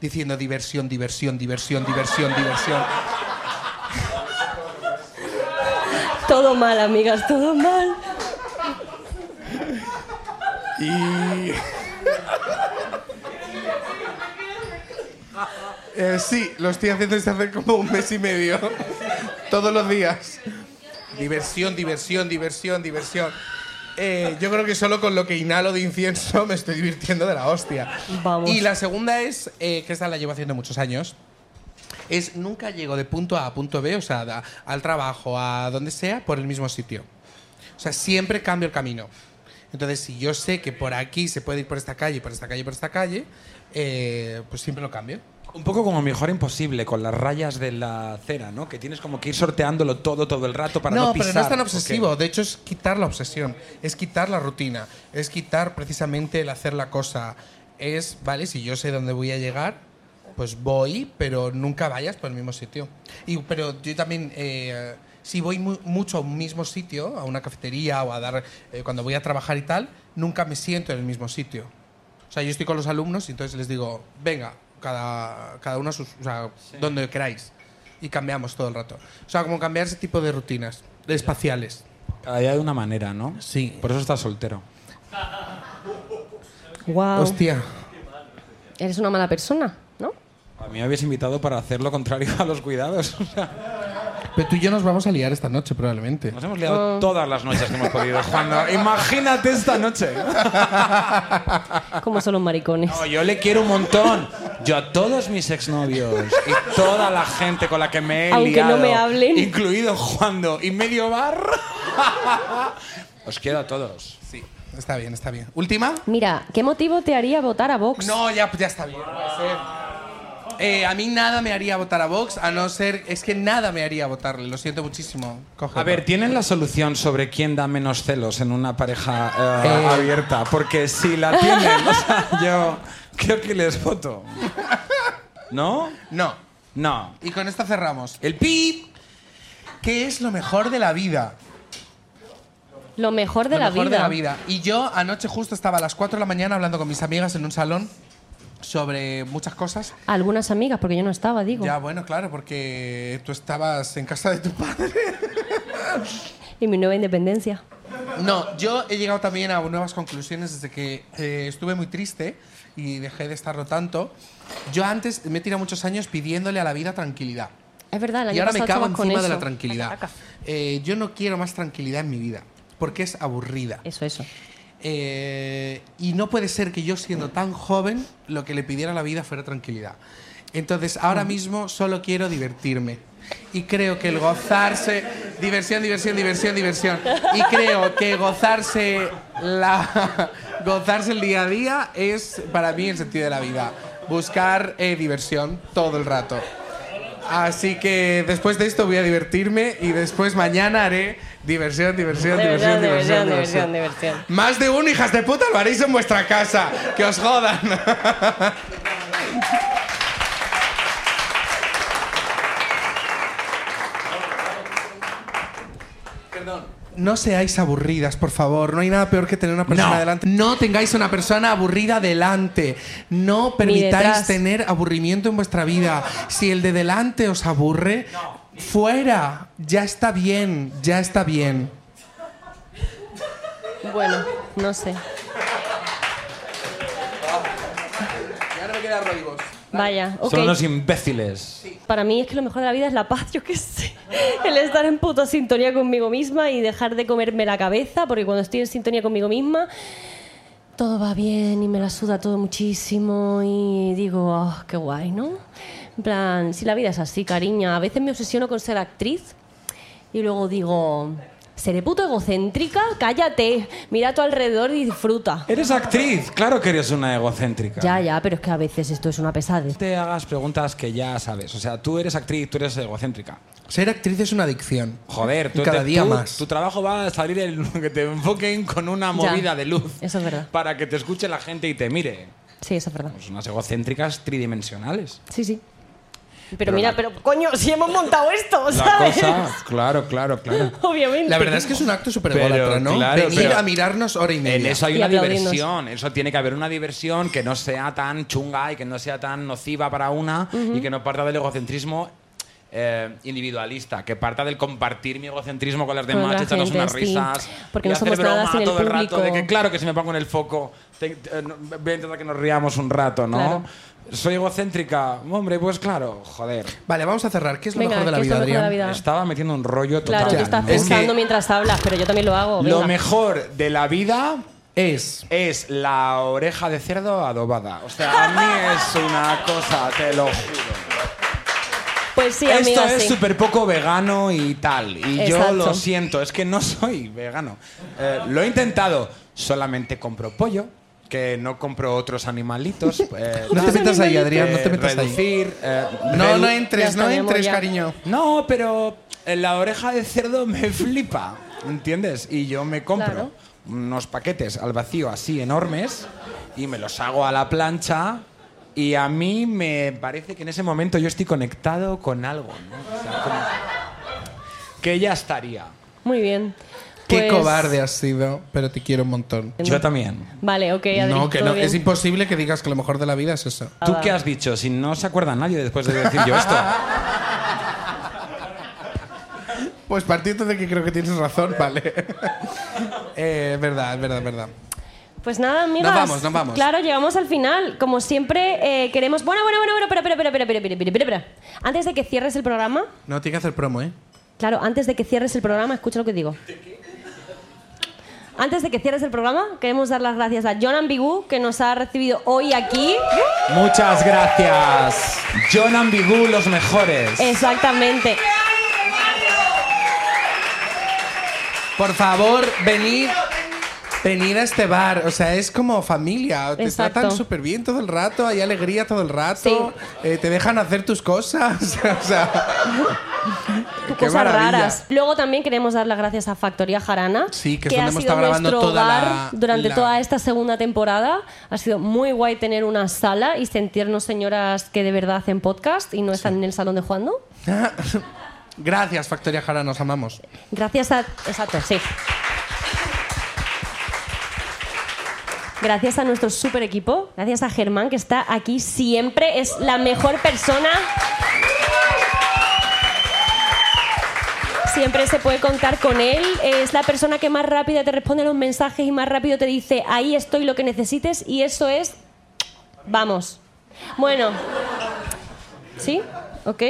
Speaker 1: diciendo diversión, diversión, diversión, diversión, diversión.
Speaker 8: Todo mal, amigas, todo mal.
Speaker 1: Eh, sí, lo estoy haciendo desde hace como un mes y medio. Todos los días. Diversión, diversión, diversión, diversión. Eh, yo creo que solo con lo que inhalo de incienso me estoy divirtiendo de la hostia.
Speaker 8: Vamos.
Speaker 1: Y la segunda es, eh, que esta la llevo haciendo muchos años, es nunca llego de punto A a punto B, o sea, da- al trabajo, a donde sea, por el mismo sitio. O sea, siempre cambio el camino. Entonces, si yo sé que por aquí se puede ir por esta calle, por esta calle, por esta calle, eh, pues siempre lo cambio.
Speaker 5: Un poco como mejor imposible, con las rayas de la acera, ¿no? Que tienes como que ir sorteándolo todo, todo el rato para no,
Speaker 1: no,
Speaker 5: pisar.
Speaker 1: pero no es tan
Speaker 5: ¿ok?
Speaker 1: obsesivo. De hecho, es quitar la obsesión, es quitar la rutina, es quitar precisamente el hacer la cosa. Es, vale, si yo sé dónde voy a llegar, pues voy, pero nunca vayas por el mismo sitio. Y, pero yo también, eh, si voy mu- mucho a un mismo sitio, a una cafetería o a dar, eh, cuando voy a trabajar y tal, nunca me siento en el mismo sitio. O sea, yo estoy con los alumnos y entonces les digo, venga, cada, cada uno a sus, o sea, donde queráis. Y cambiamos todo el rato. O sea, como cambiar ese tipo de rutinas de espaciales.
Speaker 5: Cada día de una manera, ¿no?
Speaker 1: Sí.
Speaker 5: Por eso estás soltero.
Speaker 8: Wow.
Speaker 1: Hostia.
Speaker 8: Eres una mala persona, ¿no?
Speaker 5: A mí me habías invitado para hacer lo contrario a los cuidados. [LAUGHS] O sea,
Speaker 1: Pero tú y yo nos vamos a liar esta noche, probablemente.
Speaker 5: Nos hemos
Speaker 1: Oh.
Speaker 5: liado todas las noches que hemos podido, Juan. Imagínate esta noche. ¿eh?
Speaker 8: Como son los maricones.
Speaker 5: No, yo le quiero un montón. Yo a todos mis exnovios y toda la gente con la que me he
Speaker 8: Aunque
Speaker 5: liado,
Speaker 8: no me hablen.
Speaker 5: incluido Juando y medio bar. [LAUGHS] Os quiero a todos.
Speaker 1: Sí. Está bien, está bien. ¿Última?
Speaker 8: Mira, ¿qué motivo te haría votar a Vox?
Speaker 1: No, ya, ya está bien. no puede ser. Eh, a mí nada me haría votar a Vox, a no ser... Es que nada me haría votarle, lo siento muchísimo. Coge
Speaker 5: A
Speaker 1: otra.
Speaker 5: ver, ¿tienen la solución sobre quién da menos celos en una pareja eh, abierta? Porque si la tienen, o sea,
Speaker 8: [LAUGHS]
Speaker 5: yo creo que les voto. ¿No?
Speaker 1: No.
Speaker 5: No.
Speaker 1: Y con esta cerramos.
Speaker 5: El pip.
Speaker 1: ¿Qué es lo mejor de la vida?
Speaker 8: Lo mejor de,
Speaker 1: lo
Speaker 8: la,
Speaker 1: mejor
Speaker 8: vida.
Speaker 1: de la vida. Y yo anoche justo estaba a las 4 de la mañana hablando con mis amigas en un salón sobre muchas cosas.
Speaker 8: Algunas amigas, porque yo no estaba, digo.
Speaker 1: Ya, bueno, claro, porque tú estabas en casa de tu padre.
Speaker 8: Y mi nueva independencia.
Speaker 1: No, yo he llegado también a nuevas conclusiones desde que eh, estuve muy triste y dejé de estarlo tanto. Yo antes me he tirado muchos años pidiéndole a la vida tranquilidad.
Speaker 8: Es verdad, el año
Speaker 1: Y ahora me
Speaker 8: pasado
Speaker 1: cago
Speaker 8: estabas con
Speaker 1: encima de
Speaker 8: eso.
Speaker 1: la tranquilidad. Eh, yo no quiero más tranquilidad en mi vida, porque es aburrida.
Speaker 8: Eso, eso.
Speaker 1: Eh, y no puede ser que yo siendo tan joven lo que le pidiera a la vida fuera tranquilidad. Entonces ahora mismo solo quiero divertirme. Y creo que el gozarse... Diversión, diversión, diversión, diversión. Y creo que gozarse, la, [LAUGHS] gozarse el día a día es para mí el sentido de la vida. Buscar eh, diversión todo el rato. Así que después de esto voy a divertirme y después mañana haré diversión, diversión, diversión, diversión, diversión.
Speaker 8: diversión.
Speaker 1: Más de uno, hijas de puta, lo haréis en vuestra casa. Que os jodan.
Speaker 5: perdón.
Speaker 1: No seáis aburridas, por favor. No hay nada peor que tener una persona
Speaker 5: No.
Speaker 1: delante. No tengáis una persona aburrida delante. No permitáis
Speaker 2: detrás.
Speaker 1: tener aburrimiento en vuestra vida. Si el de delante os aburre, fuera. Ya está bien, ya está bien.
Speaker 2: Bueno, no sé. Vaya, ok.
Speaker 5: Son unos imbéciles.
Speaker 2: Para mí es que lo mejor de la vida es la paz, yo qué sé. El estar en puta sintonía conmigo misma y dejar de comerme la cabeza, porque cuando estoy en sintonía conmigo misma, todo va bien y me la suda todo muchísimo y digo, oh, qué guay, ¿no? En plan, si la vida es así, cariña. A veces me obsesiono con ser actriz y luego digo, seré puto egocéntrica, cállate, mira a tu alrededor y disfruta.
Speaker 5: Eres actriz, claro que eres una egocéntrica.
Speaker 2: Ya, ya, pero es que a veces esto es una pesadez.
Speaker 5: No te hagas preguntas que ya sabes. O sea, tú eres actriz, tú eres egocéntrica.
Speaker 1: Ser actriz es una adicción.
Speaker 5: Joder,
Speaker 1: Y
Speaker 5: tú
Speaker 1: cada
Speaker 5: te-
Speaker 1: día
Speaker 5: tú-
Speaker 1: más.
Speaker 5: Tu trabajo va a salir el, que te enfoquen con una movida de luz.
Speaker 2: eso es verdad.
Speaker 5: Para que te escuche la gente y te mire.
Speaker 2: Sí, eso es verdad.
Speaker 5: Pues unas egocéntricas
Speaker 2: [LAUGHS]
Speaker 5: tridimensionales.
Speaker 2: Sí, sí. Pero,
Speaker 5: Pero
Speaker 2: mira,
Speaker 5: la-
Speaker 2: pero coño, si hemos montado esto,
Speaker 5: La
Speaker 2: ¿sabes?
Speaker 5: cosa, claro, claro, claro.
Speaker 2: Obviamente.
Speaker 1: La verdad es que es un acto súper ególatra,
Speaker 5: Pero,
Speaker 1: ¿no?
Speaker 5: claro,
Speaker 1: Venir
Speaker 5: pero-
Speaker 1: a mirarnos hora y media.
Speaker 5: En eso hay
Speaker 2: Y
Speaker 5: una
Speaker 2: aplaudirnos.
Speaker 5: diversión. Eso tiene que haber una diversión que no sea tan chunga y que no sea tan nociva para una y que no parta del egocentrismo eh, individualista, que parta del compartir mi egocentrismo con las
Speaker 2: Con
Speaker 5: demás,
Speaker 2: la
Speaker 5: echarnos
Speaker 2: gente,
Speaker 5: unas
Speaker 2: sí.
Speaker 5: risas.
Speaker 2: Porque
Speaker 5: y
Speaker 2: no
Speaker 5: hacer
Speaker 2: somos nada
Speaker 5: broma
Speaker 2: sin el
Speaker 5: todo el rato de
Speaker 2: público.
Speaker 5: que, claro, que si me pongo en el foco, te- eh, no- voy a intentar que nos riamos un rato, ¿no?
Speaker 2: Claro.
Speaker 5: Soy egocéntrica. Hombre, pues claro, joder.
Speaker 1: Vale, vamos a cerrar. ¿Qué es lo
Speaker 2: Venga,
Speaker 1: mejor de la
Speaker 2: ¿qué es
Speaker 1: vida,
Speaker 2: lo mejor de la
Speaker 1: Adrián?
Speaker 2: vida?
Speaker 5: Estaba metiendo un rollo total.
Speaker 2: Claro, tú
Speaker 1: Ya,
Speaker 2: estás
Speaker 1: ¿no?
Speaker 5: Es que
Speaker 2: pensando mientras hablas, pero yo también lo hago.
Speaker 5: lo
Speaker 2: venga.
Speaker 5: mejor de la vida
Speaker 1: Es
Speaker 5: es la oreja de cerdo adobada. O sea, a mí es una cosa, te lo juro.
Speaker 2: Pues sí,
Speaker 5: Esto
Speaker 2: amiga,
Speaker 5: es
Speaker 2: sí.
Speaker 5: súper poco vegano y tal. Y yo
Speaker 2: Exacto.
Speaker 5: lo siento, es que no soy vegano. Eh, lo he intentado, solamente compro pollo, que no compro otros animalitos. eh,
Speaker 1: [LAUGHS] No te
Speaker 5: tal.
Speaker 1: metas ahí, Adrián, no te
Speaker 5: Eh,
Speaker 1: metas ahí.
Speaker 5: reducir, eh,
Speaker 1: No,
Speaker 5: redu-
Speaker 1: no
Speaker 2: Ya
Speaker 1: entres,
Speaker 2: está,
Speaker 1: no
Speaker 2: mi amor,
Speaker 1: entres,
Speaker 2: ya.
Speaker 1: cariño.
Speaker 5: No, pero eh, la oreja de cerdo me [LAUGHS] flipa, ¿entiendes? Y yo me compro
Speaker 2: Claro.
Speaker 5: unos paquetes al vacío así enormes y me los hago a la plancha y a mí me parece que en ese momento yo estoy conectado con algo, ¿no? O sea, como que ya estaría.
Speaker 2: Muy bien.
Speaker 1: Qué
Speaker 2: Pues-
Speaker 1: cobarde has sido, pero te quiero un montón.
Speaker 5: Yo también.
Speaker 2: Vale, ok, Adri,
Speaker 1: no, que
Speaker 2: todo
Speaker 1: no,
Speaker 2: bien.
Speaker 1: es imposible que digas que lo mejor de la vida es eso.
Speaker 5: ¿Tú qué has dicho? Si no se acuerda nadie después de decir yo esto.
Speaker 1: Pues partiendo de que creo que tienes razón, vale. [LAUGHS] Eh, Es verdad, es verdad, es verdad.
Speaker 2: Pues nada, amigas.
Speaker 1: Nos vamos, nos vamos.
Speaker 2: Claro, llegamos al final. Como siempre, eh, queremos... Bueno, bueno, bueno, bueno, espera, espera, espera, espera, espera, espera, espera. Antes de que cierres el programa...
Speaker 1: No, tiene que hacer promo, ¿eh?
Speaker 2: Claro, antes de que cierres el programa, escucha lo que digo. Antes de que cierres el programa, queremos dar las gracias a John Ambigu, que nos ha recibido hoy aquí.
Speaker 5: Muchas gracias. John Ambigu, los mejores.
Speaker 2: Exactamente.
Speaker 1: Por favor, venid. Venid a este bar, o sea, es como familia, te
Speaker 2: Exacto.
Speaker 1: tratan súper bien todo el rato, hay alegría todo el rato, eh, te dejan hacer tus cosas, [LAUGHS] o sea, Qué
Speaker 2: Cosas
Speaker 1: maravilla.
Speaker 2: raras. Luego también queremos dar las gracias a Factoría Jarana,
Speaker 1: Sí, que es
Speaker 2: ha
Speaker 1: donde hemos
Speaker 2: sido
Speaker 1: estado grabando
Speaker 2: nuestro
Speaker 1: toda
Speaker 2: hogar
Speaker 1: la-
Speaker 2: durante
Speaker 1: la-
Speaker 2: toda esta segunda temporada. Ha sido muy guay tener una sala y sentirnos señoras que de verdad hacen podcast y no están en el salón de jugando.
Speaker 1: gracias Factoría Jara, nos amamos.
Speaker 2: Gracias a. Exacto, sí. Gracias a nuestro super equipo, gracias a Germán que está aquí siempre, es la mejor persona. Siempre se puede contar con él, es la persona que más rápido te responde los mensajes y más rápido te dice, ahí estoy lo que necesites y eso es, vamos. Bueno, ¿sí? ¿Ok?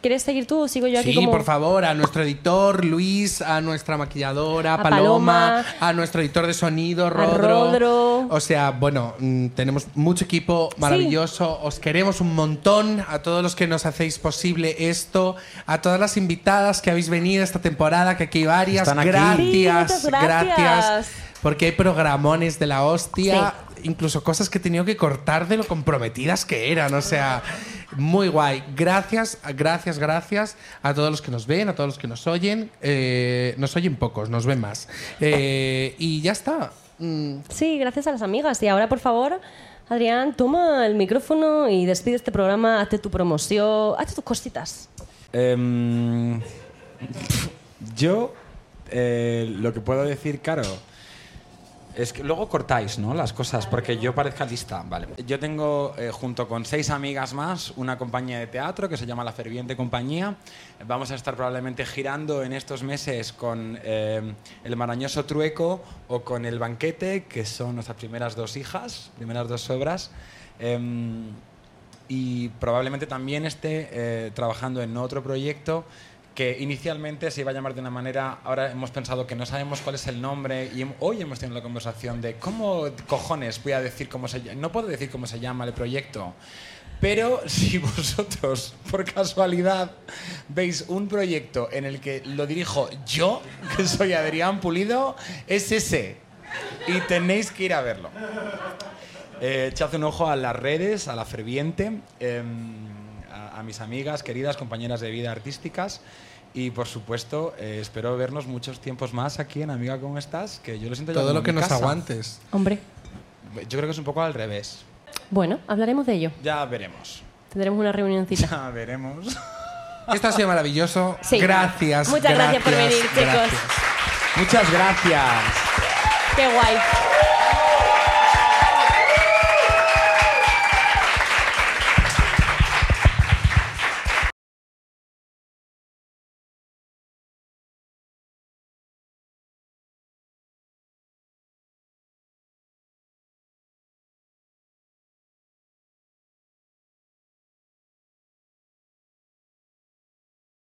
Speaker 2: ¿Quieres seguir tú o sigo yo aquí?
Speaker 1: Sí,
Speaker 2: como...
Speaker 1: por favor, a nuestro editor Luis, a nuestra maquilladora
Speaker 2: A
Speaker 1: Paloma,
Speaker 2: Paloma,
Speaker 1: a nuestro editor de sonido Rodro.
Speaker 2: Rodro.
Speaker 1: O sea, bueno, mm, tenemos mucho equipo maravilloso, os queremos un montón, a todos los que nos hacéis posible esto, a todas las invitadas que habéis venido esta temporada, que aquí hay varias,
Speaker 5: Están aquí.
Speaker 1: gracias,
Speaker 2: Sí, muchas gracias.
Speaker 1: Porque hay programones de la hostia, incluso cosas que he tenido que cortar de lo comprometidas que eran. O sea, muy guay. Gracias, gracias, gracias a todos los que nos ven, a todos los que nos oyen. Eh, nos oyen pocos, nos ven más. Eh, y ya está. Mm,
Speaker 2: Sí, gracias a las amigas. Y ahora, por favor, Adrián, toma el micrófono y despide este programa, hazte tu promoción, hazte tus cositas.
Speaker 5: Em, yo eh, lo que puedo decir, claro, es que luego cortáis, ¿no? Las cosas, porque yo parezca lista, ¿vale? Yo tengo, eh, junto con seis amigas más, una compañía de teatro que se llama La Ferviente Compañía. Vamos a estar probablemente girando en estos meses con eh, El Marañoso Trueco o con El Banquete, que son nuestras primeras dos hijas, primeras dos obras. Em, y probablemente también esté eh, trabajando en otro proyecto que inicialmente se iba a llamar de una manera, ahora hemos pensado que no sabemos cuál es el nombre y hem- hoy hemos tenido la conversación de cómo cojones voy a decir cómo se ll- no puedo decir cómo se llama el proyecto. Pero si [LAUGHS] vosotros, por casualidad, veis un proyecto en el que lo dirijo yo, que soy Adrián Pulido, es ese. Y tenéis que ir a verlo. Eh, echad un ojo a las redes, a la ferviente, em, a, a mis amigas, queridas compañeras de vida artísticas. Y por supuesto, eh, espero vernos muchos tiempos más aquí en Amiga, ¿cómo estás? Que yo lo siento ya
Speaker 1: Todo
Speaker 5: como
Speaker 1: lo
Speaker 5: mi
Speaker 1: que nos
Speaker 5: casa.
Speaker 1: aguantes.
Speaker 8: Hombre,
Speaker 5: Yo creo que es un poco al revés.
Speaker 8: bueno, hablaremos de ello.
Speaker 5: Ya veremos.
Speaker 8: Tendremos una reunioncita.
Speaker 5: [LAUGHS] Ya veremos.
Speaker 1: Esto ha sido maravilloso.
Speaker 2: Sí.
Speaker 1: Gracias.
Speaker 2: Muchas gracias por venir, chicos.
Speaker 1: gracias.
Speaker 5: Muchas gracias.
Speaker 2: Qué guay.